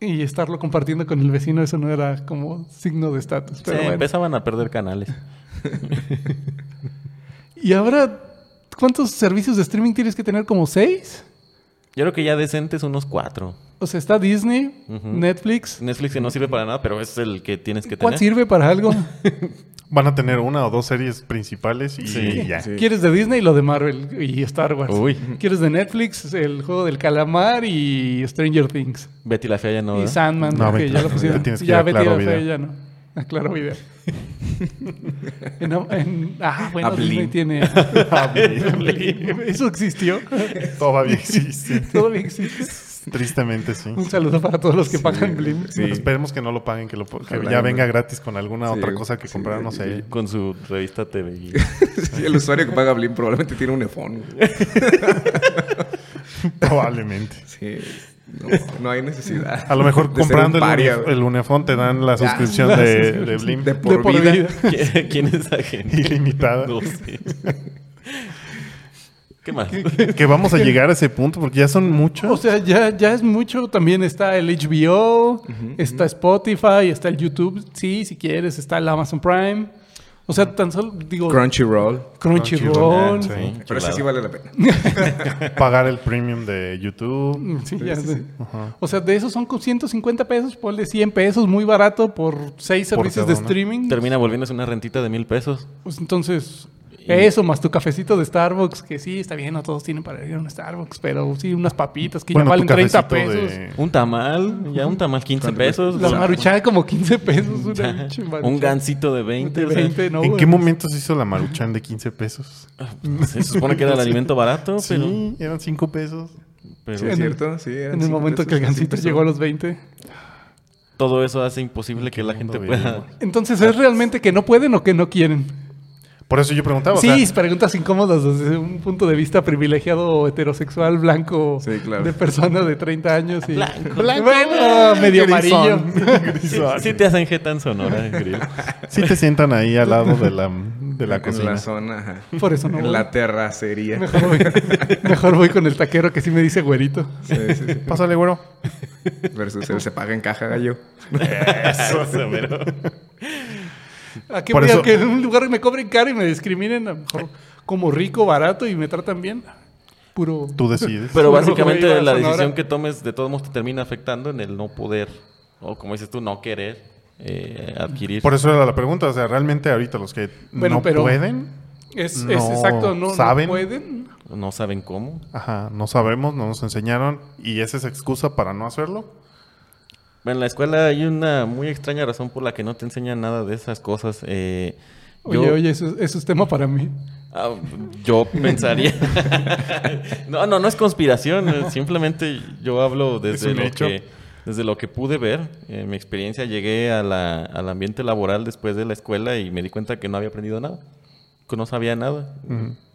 S3: y estarlo compartiendo con el vecino, eso no era como signo de estatus.
S4: se
S3: Pero bueno.
S4: empezaban a perder canales.
S3: Y ahora, ¿cuántos servicios de streaming tienes que tener? ¿Como seis?
S4: Yo creo que ya decentes unos cuatro.
S3: O sea, está Disney,
S4: Ujú.
S3: Netflix.
S4: Netflix que no sirve para nada, pero es el que tienes que
S3: ¿Cuál
S4: tener.
S3: sirve para algo?
S1: Van a tener una o dos series principales y,
S4: Sí.
S1: y ya.
S2: Sí.
S3: ¿Quieres de Disney lo de Marvel y Star Wars?
S4: Uy.
S3: ¿Quieres de Netflix el juego del calamar y Stranger Things?
S4: Betty la fea ya no.
S3: y
S4: ¿verdad?
S3: Sandman,
S1: No,
S3: que
S1: vete,
S3: ya lo
S1: te
S3: pusieron.
S1: tienes que ir
S3: ya
S1: a
S3: vete
S1: Claro
S3: a la fe,
S1: Video.
S3: ya no. A claro video. <laughs> En- en- ah, bueno,
S2: A Blim.
S3: Disney tiene. Eso existió.
S1: Todavía
S3: <laughs>
S1: existe.
S3: Todavía existe.
S1: Tristemente, sí.
S3: Un saludo para todos los que pagan Blim.
S2: Sí.
S1: Esperemos que no lo paguen, que, lo, po- que
S2: Ojalá,
S1: ya
S2: güey.
S1: venga gratis con alguna
S2: Sí,
S1: otra cosa que
S2: sí,
S1: compraron, no
S2: sí,
S1: sé.
S4: Con su revista TV.
S2: <laughs> Sí, el usuario que paga Blim probablemente tiene un iPhone. güey.
S1: Probablemente.
S2: Sí, no, no hay necesidad.
S1: A lo mejor
S2: <laughs> de ser
S1: comprando
S2: un
S1: el,
S2: paria,
S1: unif-
S2: güey.
S1: el Unifón te dan la
S2: Ya.
S1: suscripción
S3: La <laughs>
S1: de,
S3: suscripción.
S1: de Blim
S2: De por,
S3: De por
S2: vida.
S3: vida.
S4: ¿Qui- ¿Quién es esa gente?
S1: ilimitada.
S4: No sé. ¿Qué más?
S1: Que vamos a llegar a ese punto porque ya son muchos.
S3: O sea, ya, ya es mucho. También está el HBO, está Spotify, está el YouTube. Sí, si quieres, está el Amazon Prime. O sea, tan solo digo
S2: Crunchyroll.
S3: Crunchyroll.
S1: Sí.
S4: Sí,
S2: Pero ese
S4: chulada.
S2: sí vale la pena.
S1: pagar el premium de YouTube.
S3: Mm, sí,
S2: Sí,
S3: ya
S2: sí,
S3: sé.
S2: sí.
S1: Ajá.
S3: O sea, de esos son con 150 pesos, ponle 100 pesos, muy barato por seis
S1: Por
S3: servicios
S1: cada
S3: de
S1: uno.
S3: streaming.
S4: Termina volviéndose una rentita de mil pesos.
S3: Pues entonces, eso más tu cafecito de Starbucks, que sí, está bien, no todos tienen para ir a un Starbucks, pero sí, unas papitas que ya
S1: Bueno, tu
S3: valen 30
S1: cafecito de-
S3: pesos.
S4: Un tamal, ya un tamal 15 pesos.
S3: La
S4: o sea,
S3: maruchada como 15 pesos, una
S1: <laughs>
S4: ya,
S3: pinche
S4: un
S3: maruchan.
S4: gancito de
S3: De
S4: 20. o sea,
S3: 20, no,
S1: ¿En
S3: güey.
S1: qué momento se hizo la maruchan de 15 pesos?
S4: se supone que era el alimento barato, pero.
S1: Sí, eran 5 pesos.
S4: pero
S2: Sí, <laughs> es
S3: En el-
S2: cierto. Sí, eran
S3: En el
S2: cinco
S3: momento
S2: pesos,
S3: que el
S2: sí,
S3: gancito
S2: pesos.
S3: llegó a los 20.
S4: todo eso hace imposible que la gente
S1: mundo
S4: pueda.
S3: Entonces, ¿es realmente que no pueden o que no quieren?
S1: Por eso yo preguntaba. o
S3: sí,
S1: sea,
S3: es preguntas incómodas desde un punto de vista privilegiado, heterosexual, blanco,
S2: Sí, claro.
S3: de persona de 30 años. Y...
S4: Blanco.
S3: Bueno, medio amarillo.
S1: Grisón.
S3: <laughs>
S4: Sí,
S1: Grisón.
S4: sí te hacen jetan sonora, creo.
S1: Ah, Sí te sientan ahí al lado de la, de la
S2: En
S1: cocina.
S2: la zona. ajá.
S3: Por eso no
S2: En
S3: voy.
S2: la terracería.
S3: Mejor voy, mejor voy con el taquero que sí me dice güerito.
S2: Sí, sí, sí.
S1: Pásale, güero.
S2: Versus el se paga en caja, gallo.
S4: Eso, pero-
S3: ¿A qué
S1: Por
S3: voy a
S1: eso-
S3: que en un lugar me cobren caro y me discriminen? A lo mejor como rico, barato y me tratan bien. Puro...
S1: Tú decides.
S4: Pero
S3: Puro
S4: básicamente
S3: güey,
S4: la
S3: Sonora.
S4: decisión que tomes de todos modos te termina afectando en el no poder, o como dices tú, no querer eh, adquirir.
S1: Por eso era la pregunta. O sea, realmente ahorita los que
S3: Bueno,
S1: no
S3: pero-
S1: pueden,
S3: Es,
S1: No
S3: es exacto, no, no
S1: saben.
S3: pueden.
S4: No saben cómo.
S1: ajá, no sabemos, no nos enseñaron. Y esa es excusa para no hacerlo.
S4: En la escuela hay una muy extraña razón por la que no te enseñan nada de esas cosas. eh,
S3: Oye,
S4: yo-
S3: oye, eso, eso es tema para mí.
S4: Ah, yo pensaría. <laughs> no, no, no es conspiración. eh, Simplemente yo hablo desde
S1: un
S4: lo
S1: hecho.
S4: que desde lo que pude ver. En mi experiencia llegué a la- al ambiente laboral después de la escuela y me di cuenta que no había aprendido nada. Que no sabía nada.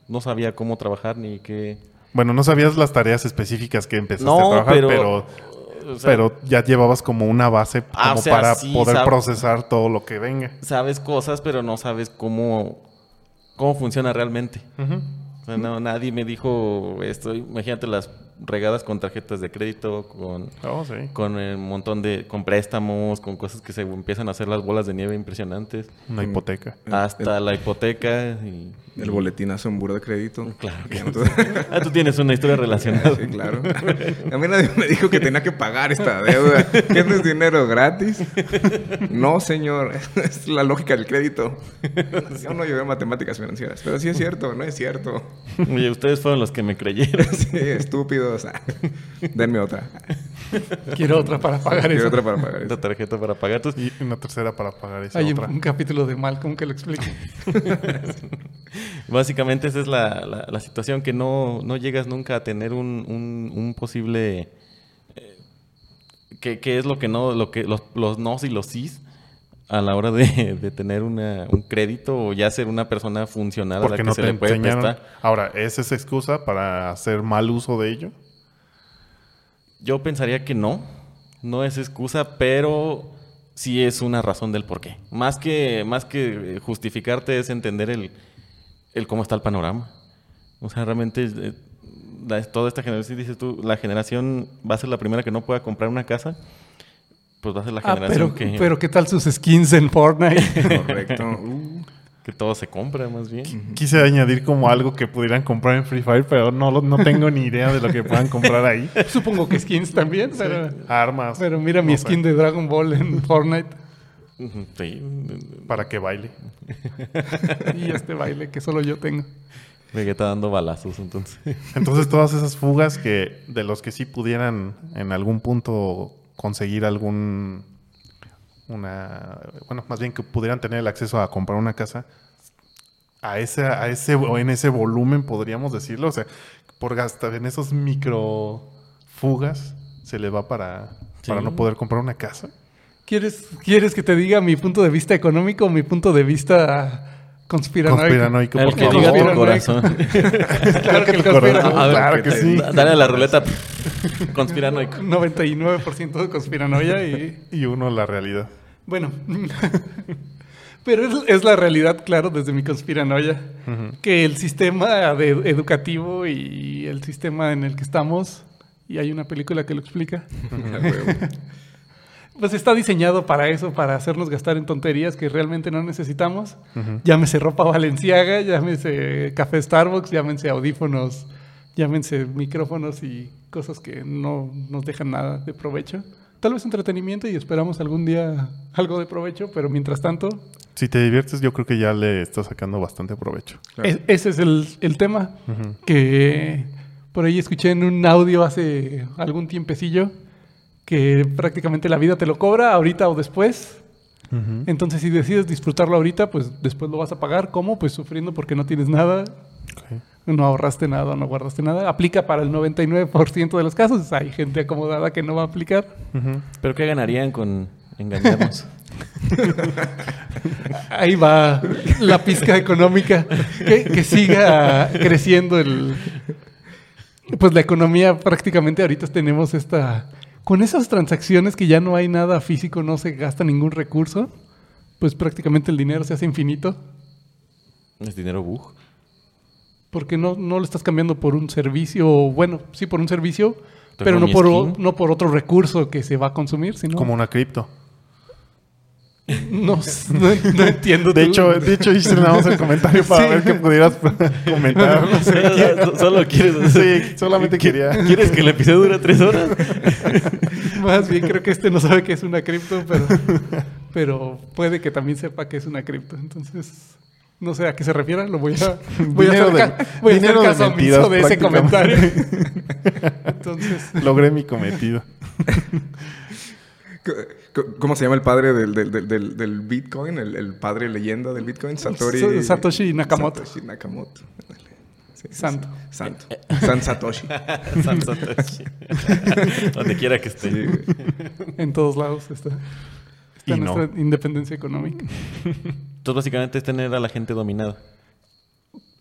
S4: No sabía cómo trabajar ni qué.
S1: Bueno, no sabías las tareas específicas que empezaste
S4: No,
S1: a trabajar,
S4: pero-
S1: pero
S4: o sea,
S1: pero ya llevabas como una base como
S4: Ah, o sea,
S1: para
S4: sí,
S1: poder
S4: sab-
S1: procesar todo lo que venga.
S4: sabes cosas, pero no sabes cómo, cómo funciona realmente. O sea, no, nadie me dijo esto. Imagínate las regadas con tarjetas de crédito, con
S1: Oh, sí.
S4: con un montón de con préstamos, con cosas que se empiezan a hacer las bolas de nieve impresionantes,
S1: Una hipoteca.
S4: hasta la hipoteca y
S2: Eh, El boletinazo en buro de crédito.
S4: <laughs> Claro que
S2: Y
S4: no.
S2: entonces-
S4: Ah, tú tienes una historia
S2: <laughs>
S4: relacionada.
S2: Sí, claro. A mí nadie me dijo que tenía que pagar esta deuda. ¿Qué no es dinero gratis? No, señor. <laughs> Es la lógica del crédito. Yo no llevé matemáticas financieras. Pero sí es cierto, no es cierto. <laughs>
S4: Oye, ustedes fueron los que me creyeron.
S2: Sí, estúpidos. <laughs> Ah, Denme otra.
S3: Quiero otra para pagar
S2: Quiero
S3: eso.
S2: otra para pagar
S4: La
S2: eso.
S4: tarjeta para pagar tus-
S1: Y una tercera para pagar esa
S3: Hay un,
S1: otra.
S3: un capítulo de Malcolm que lo explica.
S4: Básicamente esa es la, la- la situación que no, no llegas nunca a tener un, un- un posible eh, que, que es lo que no, lo que los, los nos y los sís a la hora de, de tener una- un crédito o ya ser una persona funcional a la
S1: Porque
S4: que
S1: no
S4: se
S1: te
S4: le puede
S1: enseñaron.
S4: prestar.
S1: Ahora, ¿esa es excusa para hacer mal uso de ello?
S4: Yo pensaría que no. No es excusa, pero sí es una razón del por qué. Más que, más que eh, justificarte es entender el, el cómo está el panorama. O sea, realmente eh, la- toda esta generación, dices tú, la generación va a ser la primera que no pueda comprar una casa. Pues va a ser la
S3: Ah,
S4: generación
S3: pero,
S4: que,
S3: pero ¿qué tal sus skins en
S2: <laughs>
S3: Fortnite?
S2: Correcto. Uh,
S4: que todo se compra, más bien.
S1: Quise añadir como algo que pudieran comprar en Free Fire, pero no, lo- no tengo ni idea de lo que puedan comprar ahí.
S3: Supongo que skins también, <laughs> pero,
S1: Armas.
S3: pero mira mi
S1: no sé,
S3: skin de Dragon Ball en Fortnite
S4: Ujú, Sí,
S1: Para que baile.
S3: y este baile que solo yo tengo.
S4: Vegeta dando balazos,
S1: <laughs>
S4: entonces.
S1: Entonces, todas esas fugas que de los que sí pudieran en algún punto conseguir algún. Una. Bueno, más bien que pudieran tener el acceso a comprar una casa. A ese, a ese, o en ese volumen, podríamos decirlo. O sea, por gastar en esos micro fugas se le va para, para
S4: Sí.
S1: no poder comprar una casa.
S3: ¿Quieres, ¿Quieres que te diga mi punto de vista económico o mi punto de vista Conspiranoico.
S1: Conspiranoico,
S4: El
S1: por
S4: que
S3: favor.
S1: <laughs>
S4: diga
S3: Conspira,
S4: tu
S3: ¿no?
S4: corazón.
S3: Claro que el
S1: Correcto.
S4: <laughs>
S3: conspiranoico.
S4: A ver,
S1: Claro que
S4: te-
S1: sí.
S4: Dale a la ruleta. Conspiranoico.
S3: 99% de conspiranoia y
S1: Y uno la realidad.
S3: bueno. <laughs> Pero es, es la realidad, claro, desde mi conspiranoia, que el sistema de- educativo y el sistema en el que estamos, y hay una película que lo explica,
S2: A huevo.
S3: pues está diseñado para eso, para hacernos gastar en tonterías que realmente no necesitamos. Llámese ropa valenciaga, llámese café Starbucks, llámense audífonos, llámense micrófonos y cosas que no nos dejan nada de provecho. Tal vez entretenimiento y esperamos algún día algo de provecho, pero mientras tanto,
S1: Si te diviertes, yo creo que ya le estás sacando bastante provecho.
S2: Claro.
S3: es- e-, ese es el, el tema que por ahí escuché en un audio hace algún tiempecillo que prácticamente la vida te lo cobra ahorita o después. Entonces, si decides disfrutarlo ahorita, pues después lo vas a pagar. ¿Cómo? Pues sufriendo porque no tienes nada,
S1: Ok.
S3: no ahorraste nada, no guardaste nada. Aplica para el 99% de los casos. Hay gente acomodada que no va a aplicar.
S1: Ujú.
S4: ¿Pero qué ganarían con
S2: <laughs>
S4: engañarnos?
S3: Ahí va la pizca económica. Que, que siga creciendo el. Pues la economía prácticamente ahorita tenemos esta. Con esas transacciones que ya no hay nada físico, no se gasta ningún recurso, pues prácticamente el dinero se hace infinito.
S4: ¿Es dinero bug?
S3: Porque no, no lo estás cambiando por un servicio, o bueno, sí por un servicio,
S4: Entonces,
S3: pero
S4: ¿no
S3: no
S4: mi
S3: por, o-
S4: skin?
S3: no por otro recurso que se va a consumir, sino.
S1: Como una cripto.
S3: <laughs>
S1: <laughs>
S3: No, s- no, no entiendo.
S1: De
S3: tú.
S1: hecho, de hecho hice nada más el comentario para
S3: <laughs> Sí.
S1: ver que pudieras comentar.
S4: Solo quieres...
S1: Sí, solamente quería.
S4: ¿Quieres que el episodio dure tres horas?
S3: <laughs>
S2: <laughs>
S3: Más bien creo que este no sabe que es una cripto, pero, pero puede que también sepa que es una cripto. Entonces, no sé a qué se refiera, lo voy
S1: <laughs>
S3: a, voy a
S1: Dinero
S3: hacer, ca-
S1: de-
S3: voy a hacer
S1: dinero de
S3: caso omiso
S1: mentiras,
S3: de ese comentario.
S1: prácticamente. <laughs>
S3: Entonces,
S1: Logré mi cometido.
S2: C- c- ¿Cómo se llama el padre del, del, del, del, del Bitcoin? El, el padre leyenda del Bitcoin,
S3: Sa-
S2: Satori...
S3: Satoshi Nakamoto.
S2: Satoshi Nakamoto. Ándale. Sí, sí, sí.
S3: santo.
S2: Santo. San Satoshi.
S4: San Satoshi. Donde quiera que esté.
S2: Sí, güey.
S3: En todos lados está, está
S1: Y no.
S3: nuestra independencia económica.
S4: Entonces, básicamente es tener a la gente dominada.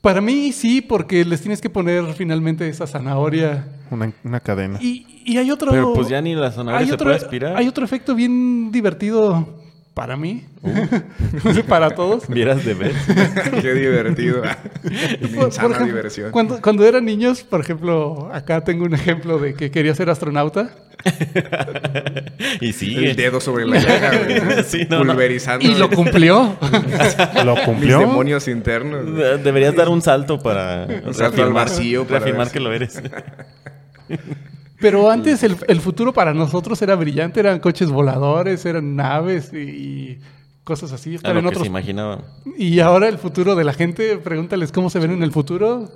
S3: Para mí sí, porque les tienes que poner finalmente esa zanahoria.
S1: Una, una cadena.
S3: Y, y hay otro...
S4: Pero pues ya ni la zanahoria
S3: hay
S4: se
S3: otro,
S4: puede aspirar.
S3: hay otro efecto bien divertido para mí,
S4: Uh.
S3: <laughs> para todos.
S4: Vieras
S2: <laughs>
S4: de ver.
S2: Qué
S3: <laughs>
S2: divertido.
S3: Por- por
S2: Insana
S3: ejemplo,
S2: diversión.
S3: Cuando, cuando eran niños, por ejemplo, acá tengo un ejemplo de que quería ser astronauta
S4: Y sigue.
S2: El dedo sobre la llaga,
S4: <laughs>
S2: güey.
S4: Sí, no, Ah, no.
S2: pulverizando
S3: y lo
S2: mis
S4: <laughs>
S3: cumplió.
S1: ¿Lo cumplió?
S2: demonios internos. güey.
S4: De- Deberías dar un salto para
S2: salto al vacío para
S4: reafirmar
S2: ver si-
S4: que lo eres.
S3: Pero antes el, el futuro para nosotros era brillante, eran coches voladores, eran naves y cosas así.
S4: A
S3: estar
S4: lo
S3: en
S4: Ah, que se
S3: otros-
S4: imaginaba.
S3: Y ahora el futuro de la gente, pregúntales cómo se ven en el futuro.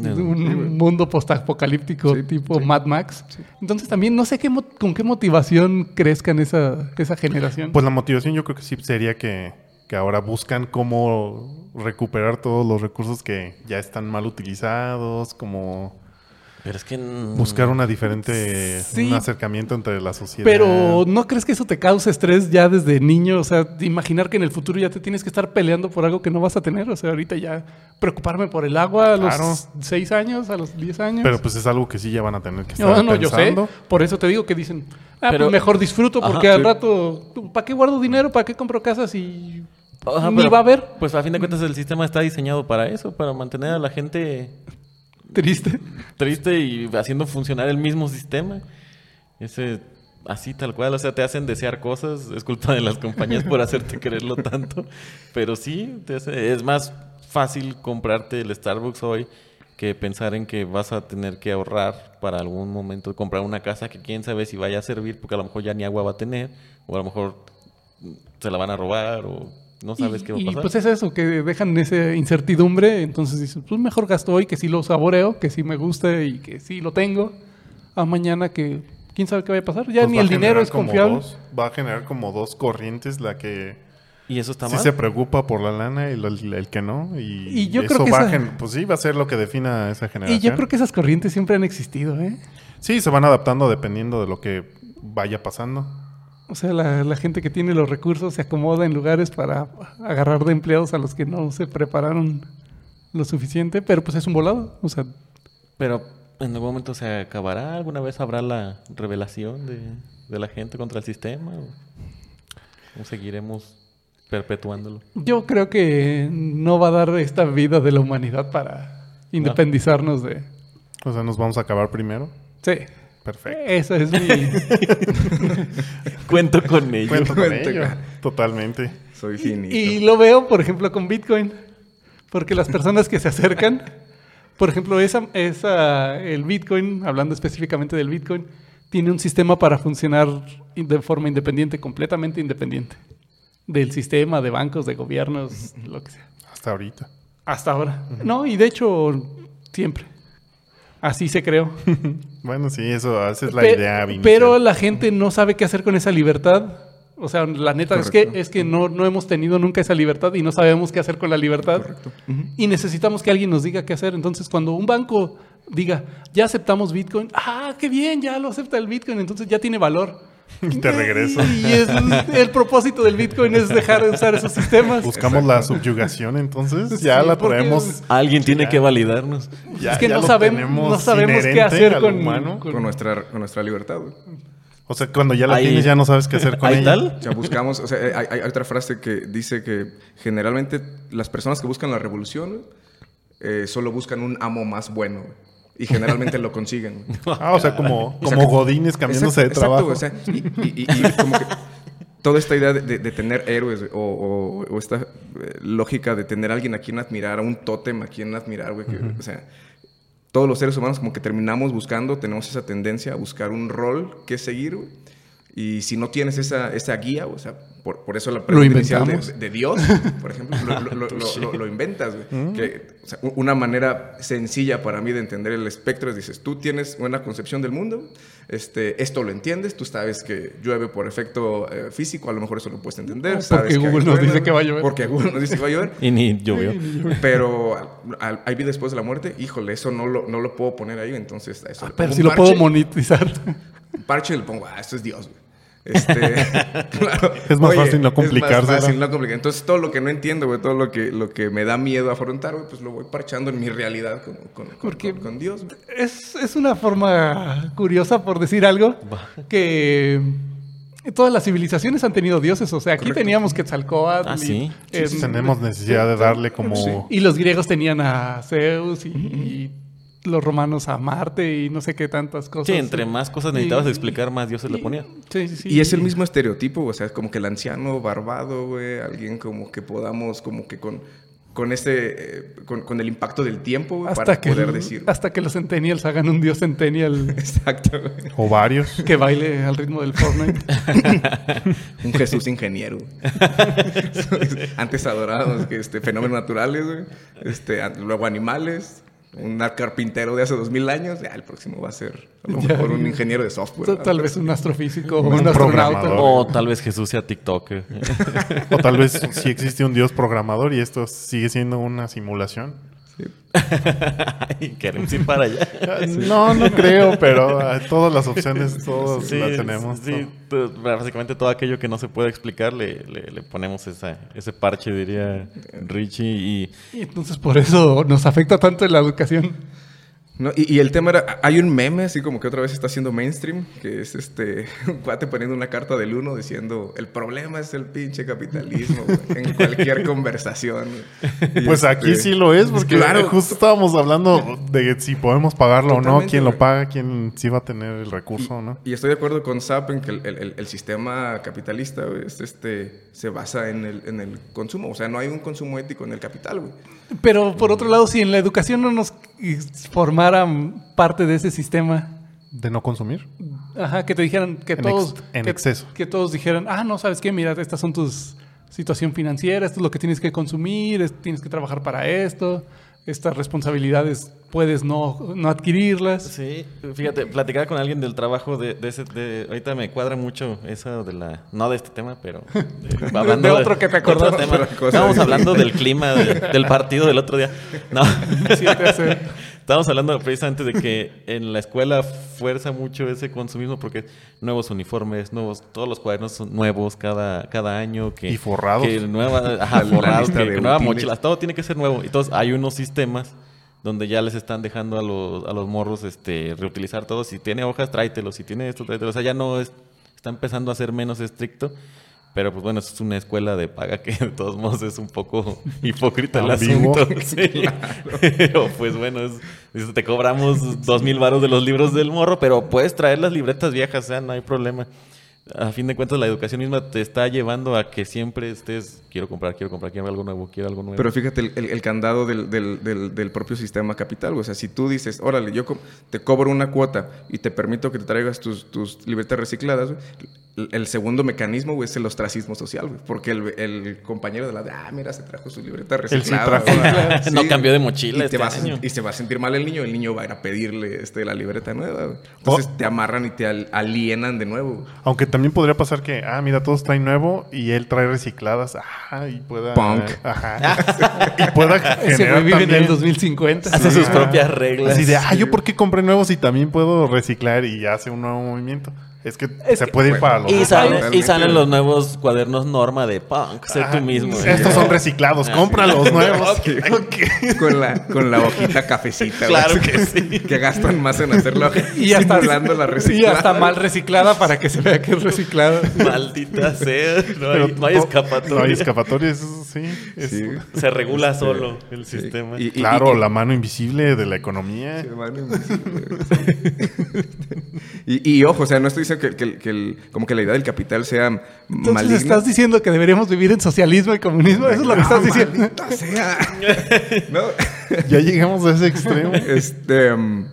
S4: No.
S3: Un mundo postapocalíptico tipo Mad Max. Entonces también no sé qué mo- con qué motivación crezcan esa, esa generación.
S1: Pues la motivación yo creo que sí sería que, que ahora buscan cómo recuperar todos los recursos que ya están mal utilizados, como
S4: Pero es que. mm,
S1: buscar una diferente,
S3: Sí.
S1: un acercamiento entre la sociedad.
S3: Pero ¿no crees que eso te cause estrés ya desde niño? O sea, imaginar que en el futuro ya te tienes que estar peleando por algo que no vas a tener. O sea, ahorita ya preocuparme por el agua a
S1: Claro.
S3: los 6 años, a los 10 años.
S1: Pero pues es algo que sí ya van a tener que estar
S3: no, no, yo sé.
S1: pensando.
S3: Por eso te digo que dicen, ah,
S4: Pero-
S3: pues mejor disfruto
S4: Ajá,
S3: porque al
S4: sí.
S3: rato, ¿para qué guardo dinero? ¿Para qué compro casas y
S4: ajá,
S3: ni
S4: pero,
S3: va a haber?
S4: Pues a fin de cuentas, el sistema está diseñado para eso, para mantener a la gente
S3: Triste.
S4: triste y haciendo funcionar el mismo sistema. Ese. Así tal cual, o sea, te hacen desear cosas, es culpa de las compañías por
S3: <laughs>
S4: hacerte quererlo tanto, pero sí, te hace- es más fácil comprarte el Starbucks hoy que pensar en que vas a tener que ahorrar para algún momento comprar una casa que quién sabe si vaya a servir, porque a lo mejor ya ni agua va a tener, o a lo mejor mm, se la van a robar, o no sabes
S3: y,
S4: qué va a
S3: y,
S4: pasar.
S3: pues es eso, que dejan esa incertidumbre, entonces dices, pues mejor gasto hoy que sí lo saboreo, que sí me gusta y que sí lo tengo, a mañana que quién sabe qué vaya a pasar, ya
S1: Pues
S3: ni
S1: va
S3: el
S1: a
S3: dinero
S1: generar
S3: es
S1: como
S3: confiable.
S1: dos- va a generar como dos corrientes, la que
S4: Y eso está
S1: sí
S4: mal.
S1: se preocupa por la lana y lo- el, el que no. Y,
S3: Y yo
S1: eso
S3: creo que
S1: va a
S3: esa-
S1: gen- pues sí, va a ser lo que defina a esa generación.
S3: Y yo creo que esas corrientes siempre han existido, ¿eh?
S1: Sí, se van adaptando dependiendo de lo que vaya pasando.
S3: O sea, la, la gente que tiene los recursos se acomoda en lugares para agarrar de empleados a los que no se prepararon lo suficiente, pero pues es un volado. O sea,
S4: Pero en algún momento se acabará, alguna vez habrá la revelación de, de la gente contra el sistema o, o seguiremos perpetuándolo.
S3: yo creo que no va a dar esta vida de la humanidad para independizarnos de...
S1: O sea, nos vamos a acabar primero.
S3: Sí,
S1: Perfecto.
S3: esa es mi...
S4: <laughs> Cuento con ello.
S1: Cuento con
S2: cuento
S1: ello.
S2: con-
S1: Totalmente.
S2: Soy
S3: Y-
S2: finito.
S3: Y lo veo, por ejemplo, con Bitcoin. Porque las personas que se acercan, por ejemplo, esa, esa, el Bitcoin, hablando específicamente del Bitcoin, tiene un sistema para funcionar in- de forma independiente, completamente independiente. Del sistema, de bancos, de gobiernos, lo que sea.
S1: Hasta ahorita.
S3: Hasta ahora. No, y de hecho, siempre. Así se creó.
S1: Bueno, sí, eso, esa es la
S3: Pe-
S1: idea. inicial.
S3: Pero la gente no sabe qué hacer con esa libertad. O sea, la neta es
S2: Correcto.
S3: que, es que no, no hemos tenido nunca esa libertad y no sabemos qué hacer con la libertad. Y necesitamos que alguien nos diga qué hacer. Entonces, cuando un banco diga, ya aceptamos Bitcoin, ah, qué bien, ya lo acepta el Bitcoin, entonces ya tiene valor.
S1: <laughs> Y te regreso.
S3: Y es, el propósito del Bitcoin es dejar de usar esos sistemas.
S1: Buscamos la subyugación,
S3: <laughs>
S1: entonces ya
S3: Sí,
S1: la
S3: porque-
S1: traemos.
S4: Alguien tiene que validarnos.
S1: Ya,
S3: es que
S1: ya
S3: no
S1: lo
S3: sabemos,
S1: tenemos
S3: no sabemos qué
S1: inherente
S3: hacer
S1: al
S3: con,
S1: humano.
S3: con-
S2: Con nuestra, con nuestra libertad, güey.
S1: O sea, cuando ya la
S4: Ahí-
S1: tienes, ya no sabes qué hacer con
S4: ¿Hay
S1: ella.
S4: tal?
S2: O sea, buscamos, o sea, hay, hay- hay otra frase que dice que generalmente las personas que buscan la revolución eh, solo buscan un amo más bueno güey. y generalmente lo consiguen. güey.
S1: Ah, o sea, como,
S2: sea,
S1: como Godines cambiándose de
S2: Exacto,
S1: trabajo.
S2: exacto, güey, o sea, y, y- y- y como que toda esta idea de, de- de tener héroes güey, o, o- o esta eh, lógica de tener a alguien a quien admirar, a un tótem a quien admirar, güey, que, o sea, todos los seres humanos como que terminamos buscando, tenemos esa tendencia a buscar un rol que seguir, güey. Y si no tienes esa, esa guía, o sea, por, por eso la pregunta inicial de,
S3: inventamos?
S2: de Dios, por ejemplo, lo, lo- lo- lo- lo- lo inventas,
S3: Mm.
S2: güey. Que, o sea, u- una manera sencilla para mí de entender el espectro es, dices, tú tienes una concepción del mundo, este, esto lo entiendes, tú sabes que llueve por efecto eh, físico, a lo mejor eso lo puedes entender.
S3: Porque
S2: sabes que hay
S3: Google nos
S2: truenos,
S3: dice que va a llover.
S2: Porque Google nos dice que va a llover.
S4: Y ni llovió.
S2: Pero al- al- hay vida después de la muerte, híjole, eso no lo, no lo puedo poner ahí, entonces a eso le
S3: Ah, pero
S2: pongo
S3: si
S2: un
S3: lo puedo
S2: parche.
S3: monetizar.
S2: Un parche le pongo, ah, esto es Dios, güey.
S3: <laughs>
S2: Este, claro.
S1: Es más fácil no
S2: Es
S1: complicarse,
S2: más fácil
S1: ¿no?
S2: no complicar. Entonces, todo lo que no entiendo, güey, todo lo que, lo que me da miedo afrontar, güey, pues lo voy parchando en mi realidad con, con, con-
S3: Porque-
S2: con- con Dios. güey.
S3: Es, es una forma curiosa por decir algo que todas las civilizaciones han tenido dioses. O sea, aquí
S2: Correcto.
S3: teníamos Quetzalcóatl.
S4: Ah,
S3: y,
S4: sí.
S1: Sí,
S3: em,
S1: tenemos necesidad de darle como.
S3: sí. Y los griegos tenían a Zeus y, y los romanos a Marte y no sé qué tantas cosas.
S4: Sí, entre más cosas necesitabas
S3: Y-
S4: explicar, más Dios se le
S3: y-
S4: ponía.
S3: sí, sí, sí.
S2: Y es el mismo estereotipo, o sea, es como que el anciano barbado, güey, alguien como que podamos, como que con, con ese, eh, con, con el impacto del tiempo, güey,
S3: hasta
S2: para
S3: que
S2: poder decir.
S3: Hasta que los centennials hagan un dios
S2: <laughs>
S3: centennial
S2: Exacto, güey.
S1: O varios.
S3: que baile al ritmo del Fortnite.
S2: Un Jesús ingeniero.
S3: <laughs>
S2: Antes adorados, que este, fenómenos naturales, güey. Este, an- luego animales. Un carpintero de hace dos mil años. Ya, el próximo va a ser a lo
S3: Ya.
S2: mejor un ingeniero de software.
S3: Tal-
S2: ¿no?
S3: Tal vez un astrofísico o
S1: Un
S3: un, astronauta.
S1: programador.
S4: O tal vez Jesús sea TikTok. <laughs>
S1: O tal vez sí existe un dios programador y esto sigue siendo una simulación.
S4: Queremos ir para allá.
S1: Ah, No, no creo, pero ah, todas las opciones, todas
S4: Oh, Sí,
S1: las tenemos.
S4: sí, to- básicamente todo aquello que no se puede explicar le, le- le ponemos esa, ese parche, diría Richie. Y
S3: Y entonces por eso nos afecta tanto en la educación.
S2: No, y, y el tema era, hay un meme así como que otra vez está haciendo mainstream, que es este, un cuate poniendo una carta del uno diciendo, el problema es el pinche capitalismo, güey", en cualquier conversación. güey. Y
S1: Pues
S2: este,
S1: aquí sí lo es, porque
S2: Claro.
S1: justo estábamos hablando de si podemos pagarlo o no,
S2: Totalmente,
S1: quién lo
S2: güey.
S1: paga, quién sí va a tener el
S2: Y,
S1: recurso o no.
S2: y estoy de acuerdo con Zap en que el, el- el- el sistema capitalista güey, es, este, se basa en el, en el consumo. O sea, no hay un consumo ético en el capital, güey.
S3: Pero por otro lado, si en la educación no nos eh, formaran parte de ese sistema,
S1: De no consumir.
S3: ajá, que te dijeran que
S1: En
S3: todos...
S1: ex- en
S3: que-
S1: exceso.
S3: Que todos dijeran, ah, no, ¿sabes qué? Mira, estas son tus situación financiera, esto es lo que tienes que consumir, es- tienes que trabajar para esto, estas responsabilidades puedes no, no adquirirlas.
S4: Sí, fíjate, platicar con alguien del trabajo de, de ese... de- ahorita me cuadra mucho eso de la... No de este tema, pero... <laughs> de-
S3: de otro que te acordó.
S4: <laughs> tema.
S2: Otra cosa
S4: Estábamos
S2: diferente.
S4: hablando del clima, de- del partido del otro día. No. <laughs>
S1: <laughs>
S3: Siete a cero.
S4: Estábamos hablando precisamente de que en la escuela fuerza mucho ese consumismo porque nuevos uniformes, nuevos, todos los cuadernos son nuevos cada, cada año. Que,
S1: Y forrados.
S2: <laughs>
S4: Que nueva,
S2: La-
S4: ajá,
S2: la
S4: forrados,
S2: lista
S4: que-
S2: de
S4: que nueva
S2: útiles.
S4: mochila, todo tiene que ser nuevo. Entonces hay unos sistemas donde ya les están dejando a los, a los morros este, reutilizar todo. Si tiene hojas, tráetelo. Si tiene esto, tráetelo. O sea, ya no es, está empezando a ser menos estricto. Pero pues bueno, es una escuela de paga que de todos modos es un poco <laughs> hipócrita el
S1: Ambiguo.
S4: asunto.
S2: <laughs>
S4: Sí. Pero pues bueno, es- dices, te cobramos dos mil varos de los libros del morro, pero puedes traer las libretas viejas, o sea, no hay problema. A fin de cuentas, la educación misma te está llevando a que siempre estés, quiero comprar, quiero comprar, quiero algo nuevo, quiero algo nuevo.
S2: Pero fíjate el, el- el candado del, del- del- del propio sistema capital. güey. O sea, si tú dices, órale, yo co- te cobro una cuota y te permito que te traigas tus, tus libretas recicladas, güey, el, el segundo mecanismo güey, es el ostracismo social, güey. Porque el, el compañero de la... Ah, mira, se trajo su libreta
S1: sí
S2: reciclada.
S1: trajo.
S2: <laughs> güey".
S4: <laughs> <laughs> No
S2: Sí,
S4: cambió de
S2: güey.
S4: mochila
S2: Y,
S4: este
S2: te va a sen-
S4: año.
S2: y se va a sentir mal el niño. El niño va a ir a pedirle este, la libreta nueva. güey.
S3: Oh.
S2: Entonces te amarran y te al- alienan de nuevo. güey.
S1: Aunque también podría pasar que, ah, mira, todos traen nuevo y él trae recicladas. Ajá, y pueda.
S2: Punk.
S1: Ajá. y pueda
S3: Ese
S1: generar
S3: güey vive en
S1: también-
S3: el 2050.
S4: <laughs> Hace
S1: Sí,
S4: sus
S1: ah.
S4: propias reglas.
S1: Así de, ah, yo por qué compré nuevos y también puedo reciclar y ya hace un nuevo movimiento. Es que
S3: Es
S1: se
S3: que-
S1: puede ir
S2: bueno,
S1: para los
S4: <laughs> Y
S1: dos
S4: salen,
S1: lados.
S4: y salen los nuevos cuadernos norma de punk. Sé
S1: Ajá.
S4: tú mismo.
S1: Sí,
S4: ¿eh? <laughs>
S1: Estos son reciclados, compra los nuevos.
S2: Ok.
S1: Ok.
S2: Con la, con la hojita cafecita. güey.
S4: Claro que sí.
S2: <laughs> Que gastan más en hacerlo
S3: Y hasta,
S2: simulando la
S3: <laughs> y
S2: reciclada.
S3: hasta mal reciclada para que se vea que es reciclada.
S4: Maldita sea. No
S1: <laughs>
S4: hay,
S1: Pero
S4: no hay
S1: to-
S4: escapatoria.
S1: No hay escapatoria, eso sí. es-
S2: Sí.
S4: Se regula solo el
S2: Sí.
S4: sistema.
S2: Y- y-
S1: Claro,
S2: y-
S1: la mano invisible de la economía.
S2: Sí, hermano, invisible, güey. <laughs> y, y ojo, o sea, no estoy diciendo que, que- que el- como que la idea del capital sea
S3: Entonces
S2: maligna.
S3: estás diciendo que deberíamos vivir en socialismo y comunismo. Eso es lo que estás
S2: Ah,
S3: diciendo.
S2: maldita sea. <laughs> no,
S1: Ya llegamos a ese
S2: <laughs>
S1: extremo.
S2: este, mm,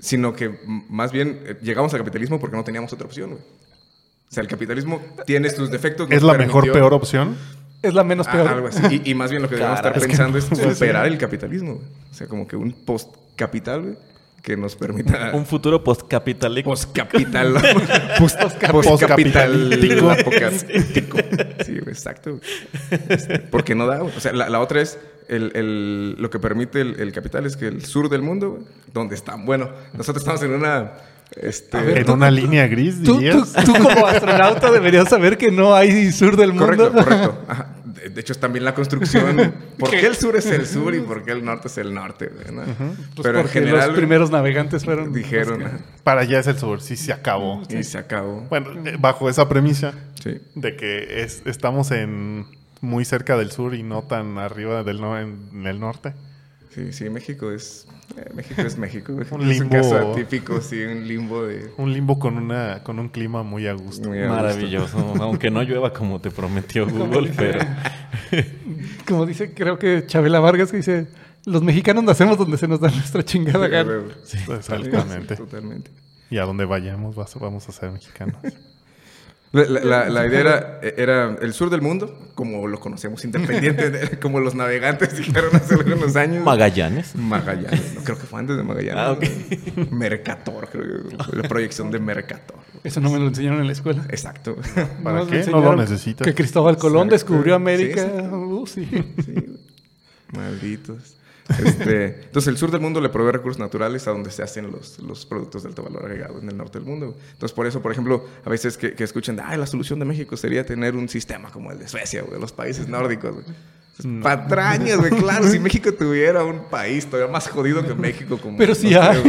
S2: sino que mm, más bien eh, llegamos al capitalismo porque no teníamos otra opción, güey. O sea, el capitalismo tiene sus defectos.
S1: Es
S2: nos
S1: la mejor,
S2: permitió-
S1: peor opción.
S3: Es la menos
S2: Ah,
S3: peor.
S2: algo así. Y, y más bien lo que debemos estar
S4: Caray, es que
S2: pensando es superar el capitalismo. güey. O sea, como que un post-capital güey, que nos permita...
S4: Un futuro postcapitalista.
S2: Postcapital. Pues,
S1: Postcapitalítico.
S2: Postcapital. apocalíptico. Sí, güey, exacto. güey. Este, porque no da, güey. O sea, la, la otra es el, el- lo que permite el, el capital es que el sur del mundo, güey, donde están. Bueno, nosotros estamos en una. Este,
S1: En una línea gris,
S3: Tú, tú-
S1: dirías.
S3: tú como astronauta deberías saber que no hay sur del mundo.
S2: Correcto, correcto. Ajá. De, de hecho, es también la construcción. ¿Por qué el sur es el sur y por qué el norte es el norte? güey, no?
S3: <laughs> Pues
S2: Pero en
S3: porque
S2: general
S3: los primeros navegantes fueron...
S2: dijeron ajá,
S1: Para allá es el sur, sí se acabó.
S2: y se acabó.
S1: Bueno, eh, bajo esa premisa
S2: Sí.
S1: de que es- estamos en muy cerca del sur y no tan arriba del no- en el norte.
S2: Sí, sí, México es. eh, México es México. güey.
S1: Un
S2: Es un
S1: limbo.
S2: caso atípico, sí, un limbo de.
S1: Un limbo con una con un clima muy a gusto.
S2: muy a gusto. <laughs>
S4: Maravilloso. Aunque no llueva como te prometió Google, pero
S3: Como dice, creo que Chabela Vargas que dice, los mexicanos nacemos donde se nos da nuestra chingada
S2: Sí,
S3: gana.
S2: güey, güey.
S1: Exactamente.
S2: <laughs> Totalmente.
S1: Y a donde vayamos vas- vamos a ser
S3: <laughs>
S1: mexicanos.
S2: La, la- la- la idea era, era el sur del mundo, como lo conocemos, independiente, de- <laughs> como los navegantes dijeron hace algunos años.
S4: Magallanes.
S2: Magallanes, no, creo que fue antes de Magallanes.
S4: Ah, ok.
S2: ¿no? Mercator, creo que fue la proyección de Mercator.
S3: Eso no me lo enseñaron en la escuela.
S2: Exacto.
S1: ¿Para
S3: Nos
S1: qué?
S3: enseñaron
S1: No lo necesitas.
S3: Que Cristóbal Colón
S2: Exacto.
S3: descubrió América.
S2: Sí, sí.
S3: Uh, sí.
S2: Sí, güey. Malditos. Este, entonces, el sur del mundo le provee recursos naturales a donde se hacen los, los productos de alto valor agregado en el norte del mundo. güey. Entonces, por eso, por ejemplo, a veces que, que escuchan, ah, la solución de México sería tener un sistema como el de Suecia, güey, los países nórdicos. güey". Entonces, Patrañas, güey, claro, si México tuviera un país todavía más jodido que México. Como,
S3: Pero
S2: no
S3: sí
S2: sé, güey.
S3: <laughs> hay.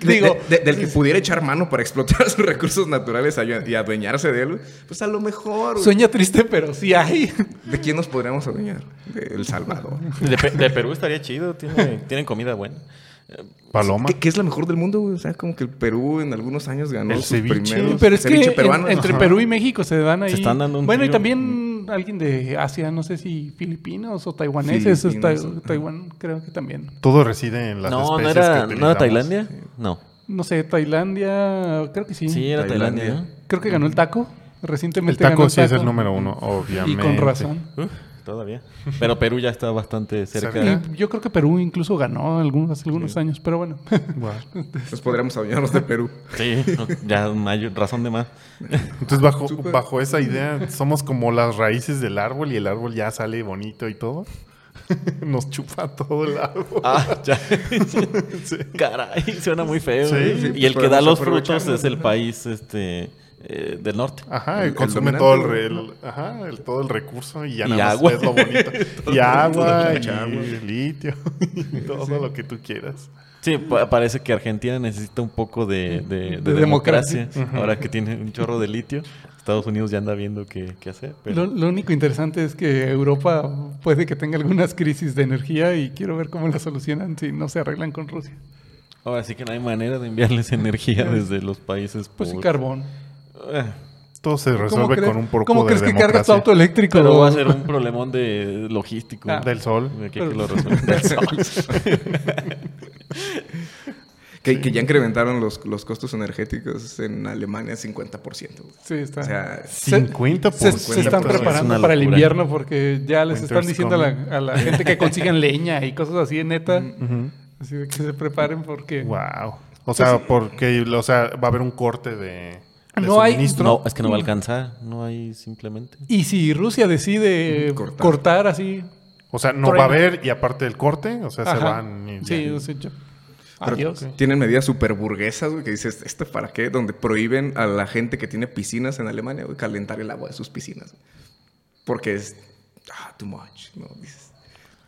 S2: De-
S3: Digo,
S2: de- de- del que pudiera echar mano para explotar <laughs> sus recursos naturales y adueñarse de él, güey, pues a lo mejor. güey.
S3: sueña triste, pero sí hay.
S2: ¿De quién nos podríamos adueñar? De El Salvador.
S4: De, Pe- de Perú estaría chido. Tiene, tienen comida buena.
S1: Paloma.
S2: Que, que es la mejor del mundo, güey. O sea, como que el Perú en algunos años ganó
S1: El
S2: sus
S1: ceviche.
S2: primeros
S3: Pero es
S2: ceviche
S3: que
S2: peruano.
S3: en- entre
S2: Ajá.
S3: Perú y México se dan ahí.
S4: están dando un
S3: bueno, y
S4: tiro.
S3: también alguien de Asia, no sé si filipinos o taiwaneses. es
S2: Filipinos,
S3: Tai-
S2: ajá.
S3: Taiwán, creo que también.
S1: Todo reside en las
S4: No, no
S1: especies
S4: era,
S1: que
S4: ¿no era
S1: utilizamos.
S4: Tailandia. No.
S3: No sé, Tailandia, creo que sí.
S4: Sí, era Tailandia.
S2: Tailandia.
S3: Creo que ganó el taco.
S1: El
S3: Recientemente ganó
S1: taco sí es el número uno, obviamente.
S3: Y con razón.
S4: ¿no? Uf, todavía. Pero Perú ya está bastante cerca.
S1: Cerca.
S3: Y yo creo que Perú incluso ganó algunos, hace algunos años, pero bueno.
S1: Bueno.
S2: Nos podríamos adueñarnos de
S3: <laughs>
S2: Perú.
S4: Sí, no, ya mayor, razón de más.
S1: Entonces, bajo,
S2: Súper.
S3: <laughs>
S1: bajo esa idea, somos como las raíces del árbol y el árbol ya sale bonito y todo. <laughs> Nos chupa todo el árbol.
S4: Ah, <laughs> ya.
S1: Sí.
S4: Caray, suena muy feo.
S1: Sí,
S4: ¿eh?
S1: sí,
S4: y el
S2: pues
S4: que da
S2: podemos
S4: los
S2: aprovecharlo.
S4: frutos es el país este, eh, del norte.
S1: Ajá,
S2: El- el
S1: consume
S2: dominante,
S1: todo el,
S2: ¿no?
S1: re- el- ajá, el- todo el recurso y ya
S4: Y
S1: nada más
S4: agua.
S1: ves lo
S4: <laughs>
S1: bonito. y agua, y
S2: mucha agua.
S1: litio, <laughs> y todo lo que tú quieras.
S4: Sí, pa- parece que Argentina necesita un poco de, de- de
S3: De democracia.
S4: democracia. Ahora que tiene un chorro de litio, Estados Unidos ya anda viendo qué, qué hacer. pero-
S3: Lo, lo único interesante es que Europa puede que tenga algunas crisis de energía y quiero ver cómo las solucionan si no se arreglan con Rusia.
S4: Ahora sí que no hay manera de enviarles <laughs> energía desde los países
S3: Pues sí,
S4: pobres.
S3: carbón.
S4: Eh,
S1: Todo se
S3: ¿Cómo
S1: resuelve
S3: crees-
S1: con un poco
S3: ¿Cómo
S1: de
S3: crees que carga tu
S1: democracia.
S3: auto eléctrico?
S4: Pero va a
S3: <laughs>
S4: ser un problemón de logístico.
S3: Ah.
S1: Del sol.
S4: De que-
S3: Pero-
S4: que lo resuelvan.
S3: <laughs>
S4: Del sol.
S2: Que, que ya incrementaron los, los costos energéticos en Alemania 50%. güey.
S3: Sí, está.
S2: O sea,
S3: Se-
S1: 50%.
S3: se, se están
S1: Es una
S3: preparando para el
S4: locura.
S3: invierno porque ya les
S1: Winter's
S3: están diciendo a la, a la gente que consigan leña y cosas así, neta.
S2: Mm,
S3: Así de que se preparen porque
S1: Wow. O sea, porque o sea, va a haber un corte de, de
S3: No hay-
S1: suministro.
S4: No, es que no va a alcanzar. No hay simplemente.
S3: Y si Rusia decide cortar,
S2: Cortar.
S3: así.
S1: O sea, no
S3: Por
S1: va a
S3: ahí-
S1: haber y aparte del corte, o sea, se
S3: ajá.
S1: van y ya.
S3: Sí, o sea, yo-
S2: Pero
S3: Adiós.
S2: Tienen medidas super burguesas, güey, que dices, ¿esto para qué? Donde prohíben a la gente que tiene piscinas en Alemania, güey, calentar el agua de sus piscinas. güey. Porque es, ah, too much, ¿no? Dices,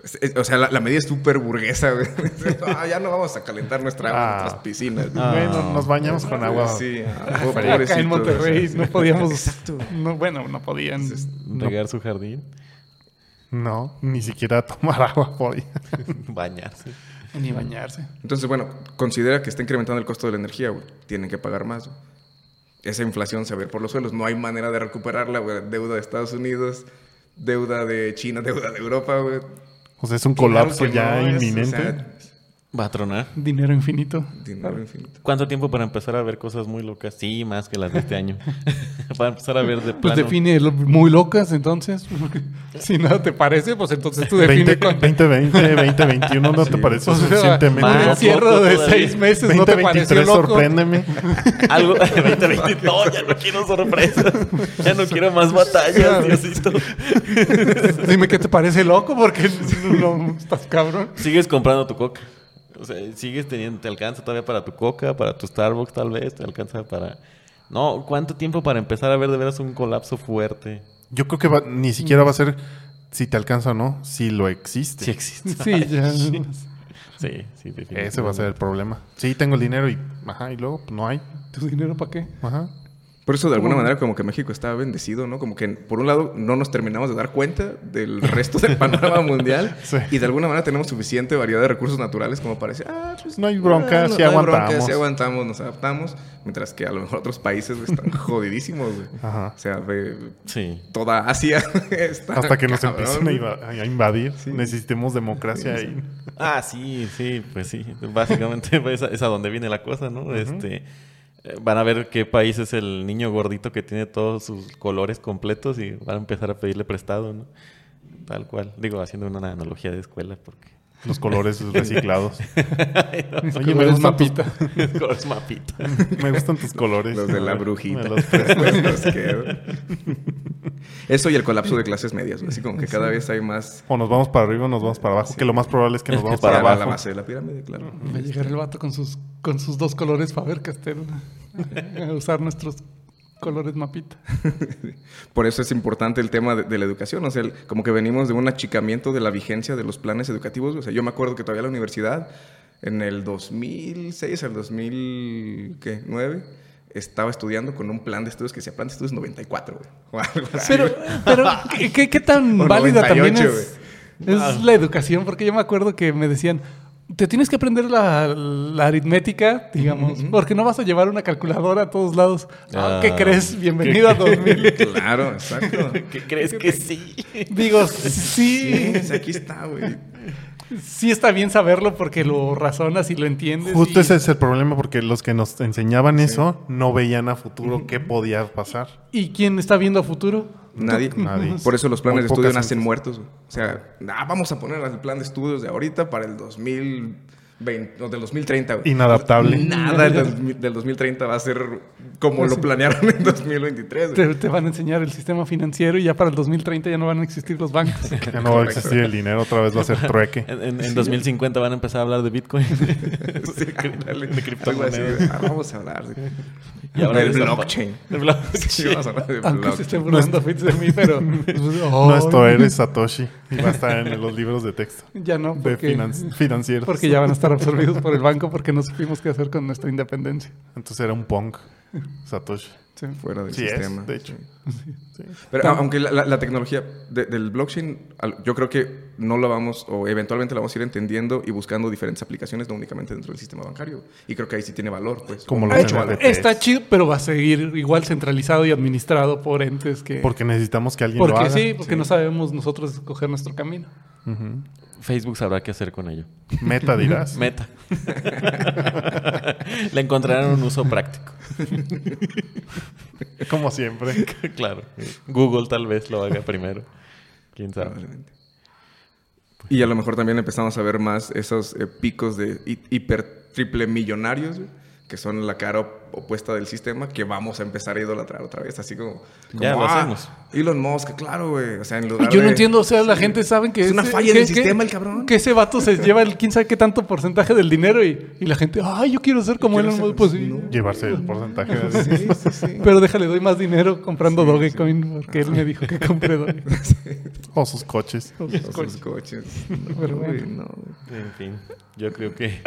S2: es- es- o sea, la, la medida es súper burguesa, güey. <laughs> Dices, ah, ya no vamos a calentar nuestra agua en
S1: Ah.
S2: nuestras piscinas.
S4: Ah,
S1: Bueno, nos bañamos con agua.
S2: Sí, ah,
S3: Acá
S2: pobrecitos,
S3: en Monterrey
S2: o sea,
S3: no podíamos.
S2: <laughs>
S3: no, bueno, no podían.
S4: Regar su jardín, <laughs>
S1: No, ni siquiera tomar <laughs> agua hoy.
S4: bañarse.
S2: este,
S3: Ni bañarse.
S2: Entonces, bueno, considera que está incrementando el costo de la energía, güey. Tienen que pagar más, güey. Esa inflación se va a ir por los suelos. No hay manera de recuperarla, güey. Deuda de Estados Unidos, deuda de China, <laughs> deuda de Europa, güey.
S1: O sea, es un
S2: Claro
S1: colapso
S2: que
S1: ya
S2: no es,
S1: inminente.
S2: o sea,
S4: Va a tronar.
S3: Dinero infinito.
S2: dinero infinito.
S4: ¿Cuánto tiempo para empezar a ver cosas muy locas? Sí, más que las de este año. <laughs> para empezar a ver de
S3: Pues
S4: plano.
S3: define lo- muy locas, entonces. <laughs> si nada te parece, pues entonces tú define
S1: 20,
S3: cuánto.
S1: 2020, 2021, ¿no te
S2: <laughs> Sí.
S1: parece
S3: <laughs> O sea,
S1: suficientemente
S4: más.
S3: un
S1: loco?
S3: encierro de
S4: Todavía.
S3: seis meses no te pareció
S1: 2023,
S3: loco.
S1: sorpréndeme.
S4: Algo. <laughs> 2022, no, ya no quiero sorpresas. Ya no quiero más
S3: <laughs>
S4: batallas, Diosito.
S3: <laughs> Dime qué te parece loco porque <laughs> no, no, estás cabrón.
S4: Sigues comprando tu coca. O sea, sigues teniendo. Te alcanza todavía para tu coca, para tu Starbucks, tal vez. Te alcanza para. No, ¿cuánto tiempo para empezar a ver de veras un colapso fuerte?
S1: Yo creo que va- ni siquiera va a ser si te alcanza o no, si lo existe.
S4: Sí, existe. <laughs>
S3: Sí, ya.
S4: Sí, sí, sí, definitivamente.
S1: Ese va a ser el problema. Sí, tengo el dinero y, ajá, y luego pues, no hay.
S3: ¿Tu dinero para qué?
S1: Ajá.
S2: Por eso, de alguna manera, como que México está bendecido, ¿no? Como que, por un lado, no nos terminamos de dar cuenta del resto del <laughs> panorama mundial.
S1: Sí.
S2: Y de alguna manera tenemos suficiente variedad de recursos naturales como para decir, ah, pues
S1: No hay bronca,
S2: si
S1: sí aguantamos.
S2: si aguantamos, nos adaptamos. Mientras que a lo mejor otros países güey, están <laughs> jodidísimos, güey.
S1: Ajá.
S2: O sea, ve,
S4: Sí.
S2: toda Asia <laughs> está
S1: Hasta que nos
S2: cabrón,
S1: empiecen a,
S2: güey.
S1: inva- a invadir. Necesitemos democracia ahí.
S4: Ah, sí, sí, pues sí. Básicamente <laughs> pues, es a donde viene la cosa, ¿no? Este, eh, van a ver qué país es el niño gordito que tiene todos sus colores completos y van a empezar a pedirle prestado, ¿no? Tal cual. Digo, haciendo una analogía de escuela, porque <laughs>
S1: Los colores reciclados. Oye, me
S3: Colores
S1: gustan, tus,
S3: mapita.
S4: colores mapita.
S1: me gustan tus colores.
S2: Los de la
S1: Me
S2: brujita.
S1: los prestas.
S2: Pues, los que- Eso y el colapso de clases medias, güey. Así como que cada vez hay más
S1: O nos vamos para arriba o nos vamos para abajo. Que lo más probable es que nos vamos
S4: para
S1: para
S2: para
S1: abajo.
S2: la base de eh, la pirámide, claro.
S3: Va a llegar el vato con sus, con sus dos colores Faber Castell a usar nuestros colores mapita.
S2: Por eso es importante el tema de, de la educación. O sea, el- como que venimos de un achicamiento de la vigencia de los planes educativos. O sea, yo me acuerdo que todavía la universidad, en el 2006 al 2009, estaba estudiando con un plan de estudios que decía plan de estudios 94, güey. O algo así,
S3: Pero,
S2: güey.
S3: pero ¿qué- ¿qué, qué tan
S2: O
S3: válida
S2: 98,
S3: también es, es la educación? Porque yo me acuerdo que me decían, te tienes que aprender la, la aritmética, digamos, porque no vas a llevar una calculadora a todos lados. Ah, ¿Qué
S4: Ah.
S3: crees?
S1: <laughs>
S3: Bienvenido a 2000.
S2: Claro, exacto.
S4: ¿Qué crees que sí?
S3: Digo,
S2: Sí,
S3: sí,
S2: o sea, aquí está, güey.
S3: sí está bien saberlo porque lo razonas y lo entiendes.
S1: Justo
S3: y-
S1: ese es el problema, porque los que nos enseñaban eso no veían a futuro qué podía pasar.
S3: ¿Y quién está viendo a futuro?
S2: Nadie.
S1: Nadie.
S2: Por eso los planes
S1: Muy
S2: de estudio
S1: pocas
S2: nacen
S1: gentes.
S2: muertos. güey. O sea, ah, vamos a poner el plan de estudios de ahorita para el 2000. 20 no, del 2030, güey.
S1: Inadaptable.
S2: Nada del, del 2030 va a ser como lo planearon en 2023. güey.
S3: <laughs> Te, te van a enseñar el sistema financiero y ya para el 2030 ya no van a existir
S1: <laughs>
S3: los bancos.
S1: Ya no va a existir el dinero, otra vez va a ser trueque.
S4: En, en- en 2050 van a empezar a hablar de Bitcoin. <laughs>
S2: Sí, ándale.
S4: de criptomonedas.
S2: Algo así, güey. Ah, vamos a hablar de,
S4: Y ahora
S2: del
S4: de esa-
S2: blockchain. <laughs>
S4: del blog.
S2: Sí, vamos a hablar de
S3: Aunque se estén
S2: blockchain.
S3: burlando Fitz de mí,
S1: <laughs>
S3: pero. pues,
S1: No, esto
S3: ay,
S1: eres Satoshi. Y va a estar en los libros de texto.
S3: Ya no,
S1: De
S3: porque,
S1: finan- financieros.
S3: porque ya van a estar absorbidos por el banco porque no supimos qué hacer con nuestra independencia.
S1: Entonces era un punk. Satoshi.
S3: Sí.
S2: Fuera del
S1: Sí es,
S2: sistema.
S1: de hecho. Sí.
S2: Pero a- aunque la, la- la tecnología de- del blockchain, al- yo creo que no la vamos, o eventualmente la vamos a ir entendiendo y buscando diferentes aplicaciones, no únicamente dentro del sistema bancario. Y creo que ahí sí tiene valor, pues.
S1: Como
S2: O
S1: los
S2: mucho
S1: NFT.
S2: valor.
S3: Está chido, pero va a seguir igual centralizado y administrado por entes que.
S1: Porque necesitamos que alguien lo
S3: porque
S1: haga.
S3: sí, porque no sabemos nosotros escoger nuestro camino.
S1: Ujú.
S4: Facebook sabrá qué hacer con ello.
S1: Meta dirás.
S4: Meta. Le encontrarán un uso práctico.
S1: Como siempre.
S4: claro. Google tal vez lo haga primero. Quién sabe.
S2: Probablemente. Y a lo mejor también empezamos a ver más esos eh, picos de hi- hiper triple millonarios, güey, que son la cara op- opuesta del sistema, que vamos a empezar a idolatrar otra vez, así como... como,
S4: Ya lo
S2: "Ah,
S4: hacemos".
S2: Elon Musk, claro, güey. O sea, en
S3: Y
S2: lugar
S3: yo no
S2: de-
S3: entiendo, o sea, la gente sabe que
S2: Es una
S3: ese-
S2: falla
S3: que-
S2: del
S3: que-
S2: sistema, el cabrón.
S3: Que ese vato se lleva el quién sabe qué tanto porcentaje del dinero y, y la gente, ay, yo quiero ser como
S2: Quiero
S3: Elon
S2: ser-
S3: Musk. Pues sí.
S2: no.
S1: Llevarse el porcentaje.
S2: <laughs> Sí,
S1: de-
S2: sí, sí.
S3: Pero déjale, doy más dinero comprando Dogecoin porque él me dijo
S2: Ah.
S3: que compré
S2: <laughs>
S3: Dogecoin.
S1: O sus coches.
S2: O sus coches. No,
S3: Pero bueno.
S2: güey, no, güey.
S3: <laughs>
S4: En fin, yo creo que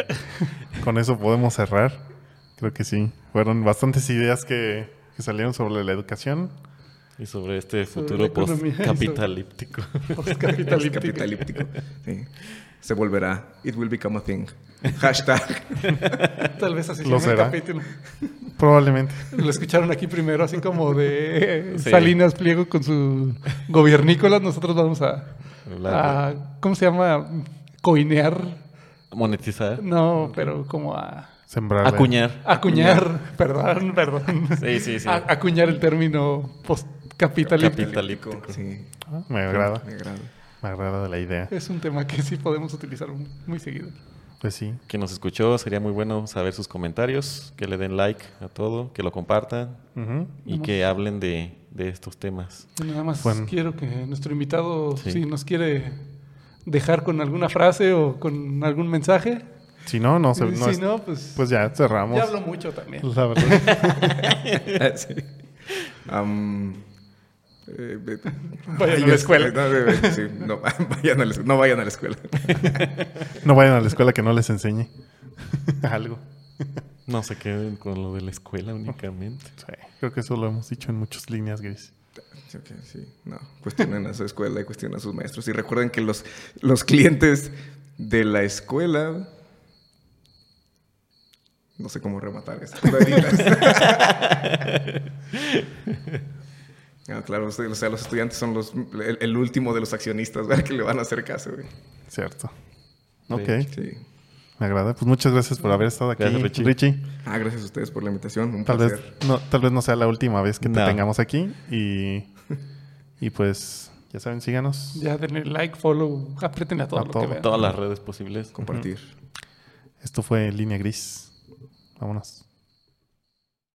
S1: Con eso podemos cerrar. Creo que sí. Fueron bastantes ideas que, que salieron sobre la educación.
S4: y sobre este
S3: Sobre
S4: futuro
S3: la economía y sobre-
S4: postcapitalíptico. <laughs>
S2: Es capitalíptico. Sí. Se volverá. It will become a thing. Hashtag.
S4: <laughs>
S3: Tal vez así
S1: Lo
S3: se llama el
S1: será.
S3: capítulo.
S1: Probablemente.
S3: Lo escucharon aquí primero, así como de eh,
S4: Sí.
S3: Salinas Pliego con su gobiernícola. Nosotros vamos a,
S4: La-
S3: a- ¿Cómo se llama? Coinear.
S4: Monetizar.
S3: No, pero como a.
S1: Sembrar. la-
S4: Acuñar.
S3: Acuñar, perdón, perdón.
S4: Sí, sí, sí.
S3: A- acuñar el término postcapitalista.
S4: Capitalíptico.
S2: Sí.
S1: Ah, Me agrada.
S2: Me agrada.
S1: Me agrada la idea.
S3: Es un tema que sí podemos utilizar muy, muy seguido.
S1: Pues sí.
S4: Que nos escuchó, sería muy bueno saber sus comentarios, que le den like a todo, que lo compartan
S1: Ujú.
S4: y que hablen de, de estos temas.
S3: Yo Nada más
S1: Bueno.
S3: quiero que nuestro invitado,
S4: Sí.
S3: si nos quiere dejar con alguna frase o con algún mensaje.
S1: Si no, no se.
S3: Y
S1: no
S3: si
S1: es-
S3: no, pues,
S1: Pues ya cerramos.
S3: ya hablo mucho también.
S1: La verdad.
S2: Sí. Am, eh, ve-
S3: Vayan a la
S2: Ay,
S3: escuela.
S2: este, No, ve- ve- sí, no, <laughs> vayan a la, no vayan a la escuela.
S1: No vayan a la escuela que no les enseñe <laughs> algo.
S4: No se queden con lo de la escuela únicamente.
S1: Sí, Creo que eso lo hemos dicho en muchas líneas gris.
S2: Sí, ok, sí, no. Cuestionen a su escuela y cuestionen a sus maestros. Y recuerden que los, los clientes de la escuela. No sé cómo rematar esto. Lo
S4: <laughs>
S2: editas. Ah, claro, usted- o sea, los estudiantes son los, el, el último de los accionistas, ¿verdad? Que le van a hacer caso, güey.
S1: Cierto.
S4: Sí.
S1: Ok.
S2: Sí.
S1: Me agrada. Pues muchas gracias por haber estado aquí,
S4: Gracias, Richie.
S1: Richie.
S2: Ah, gracias a ustedes por la invitación. Un
S1: Tal
S2: placer.
S1: vez, no, tal vez no sea la última vez que te
S4: No.
S1: tengamos aquí. Y, y pues, ya saben, síganos.
S3: Ya denle like, follow, aprieten a todo
S1: A
S3: lo
S1: todo,
S3: que vean.
S4: Todas las redes posibles.
S2: Compartir.
S1: Esto fue Línea Gris. Vámonos.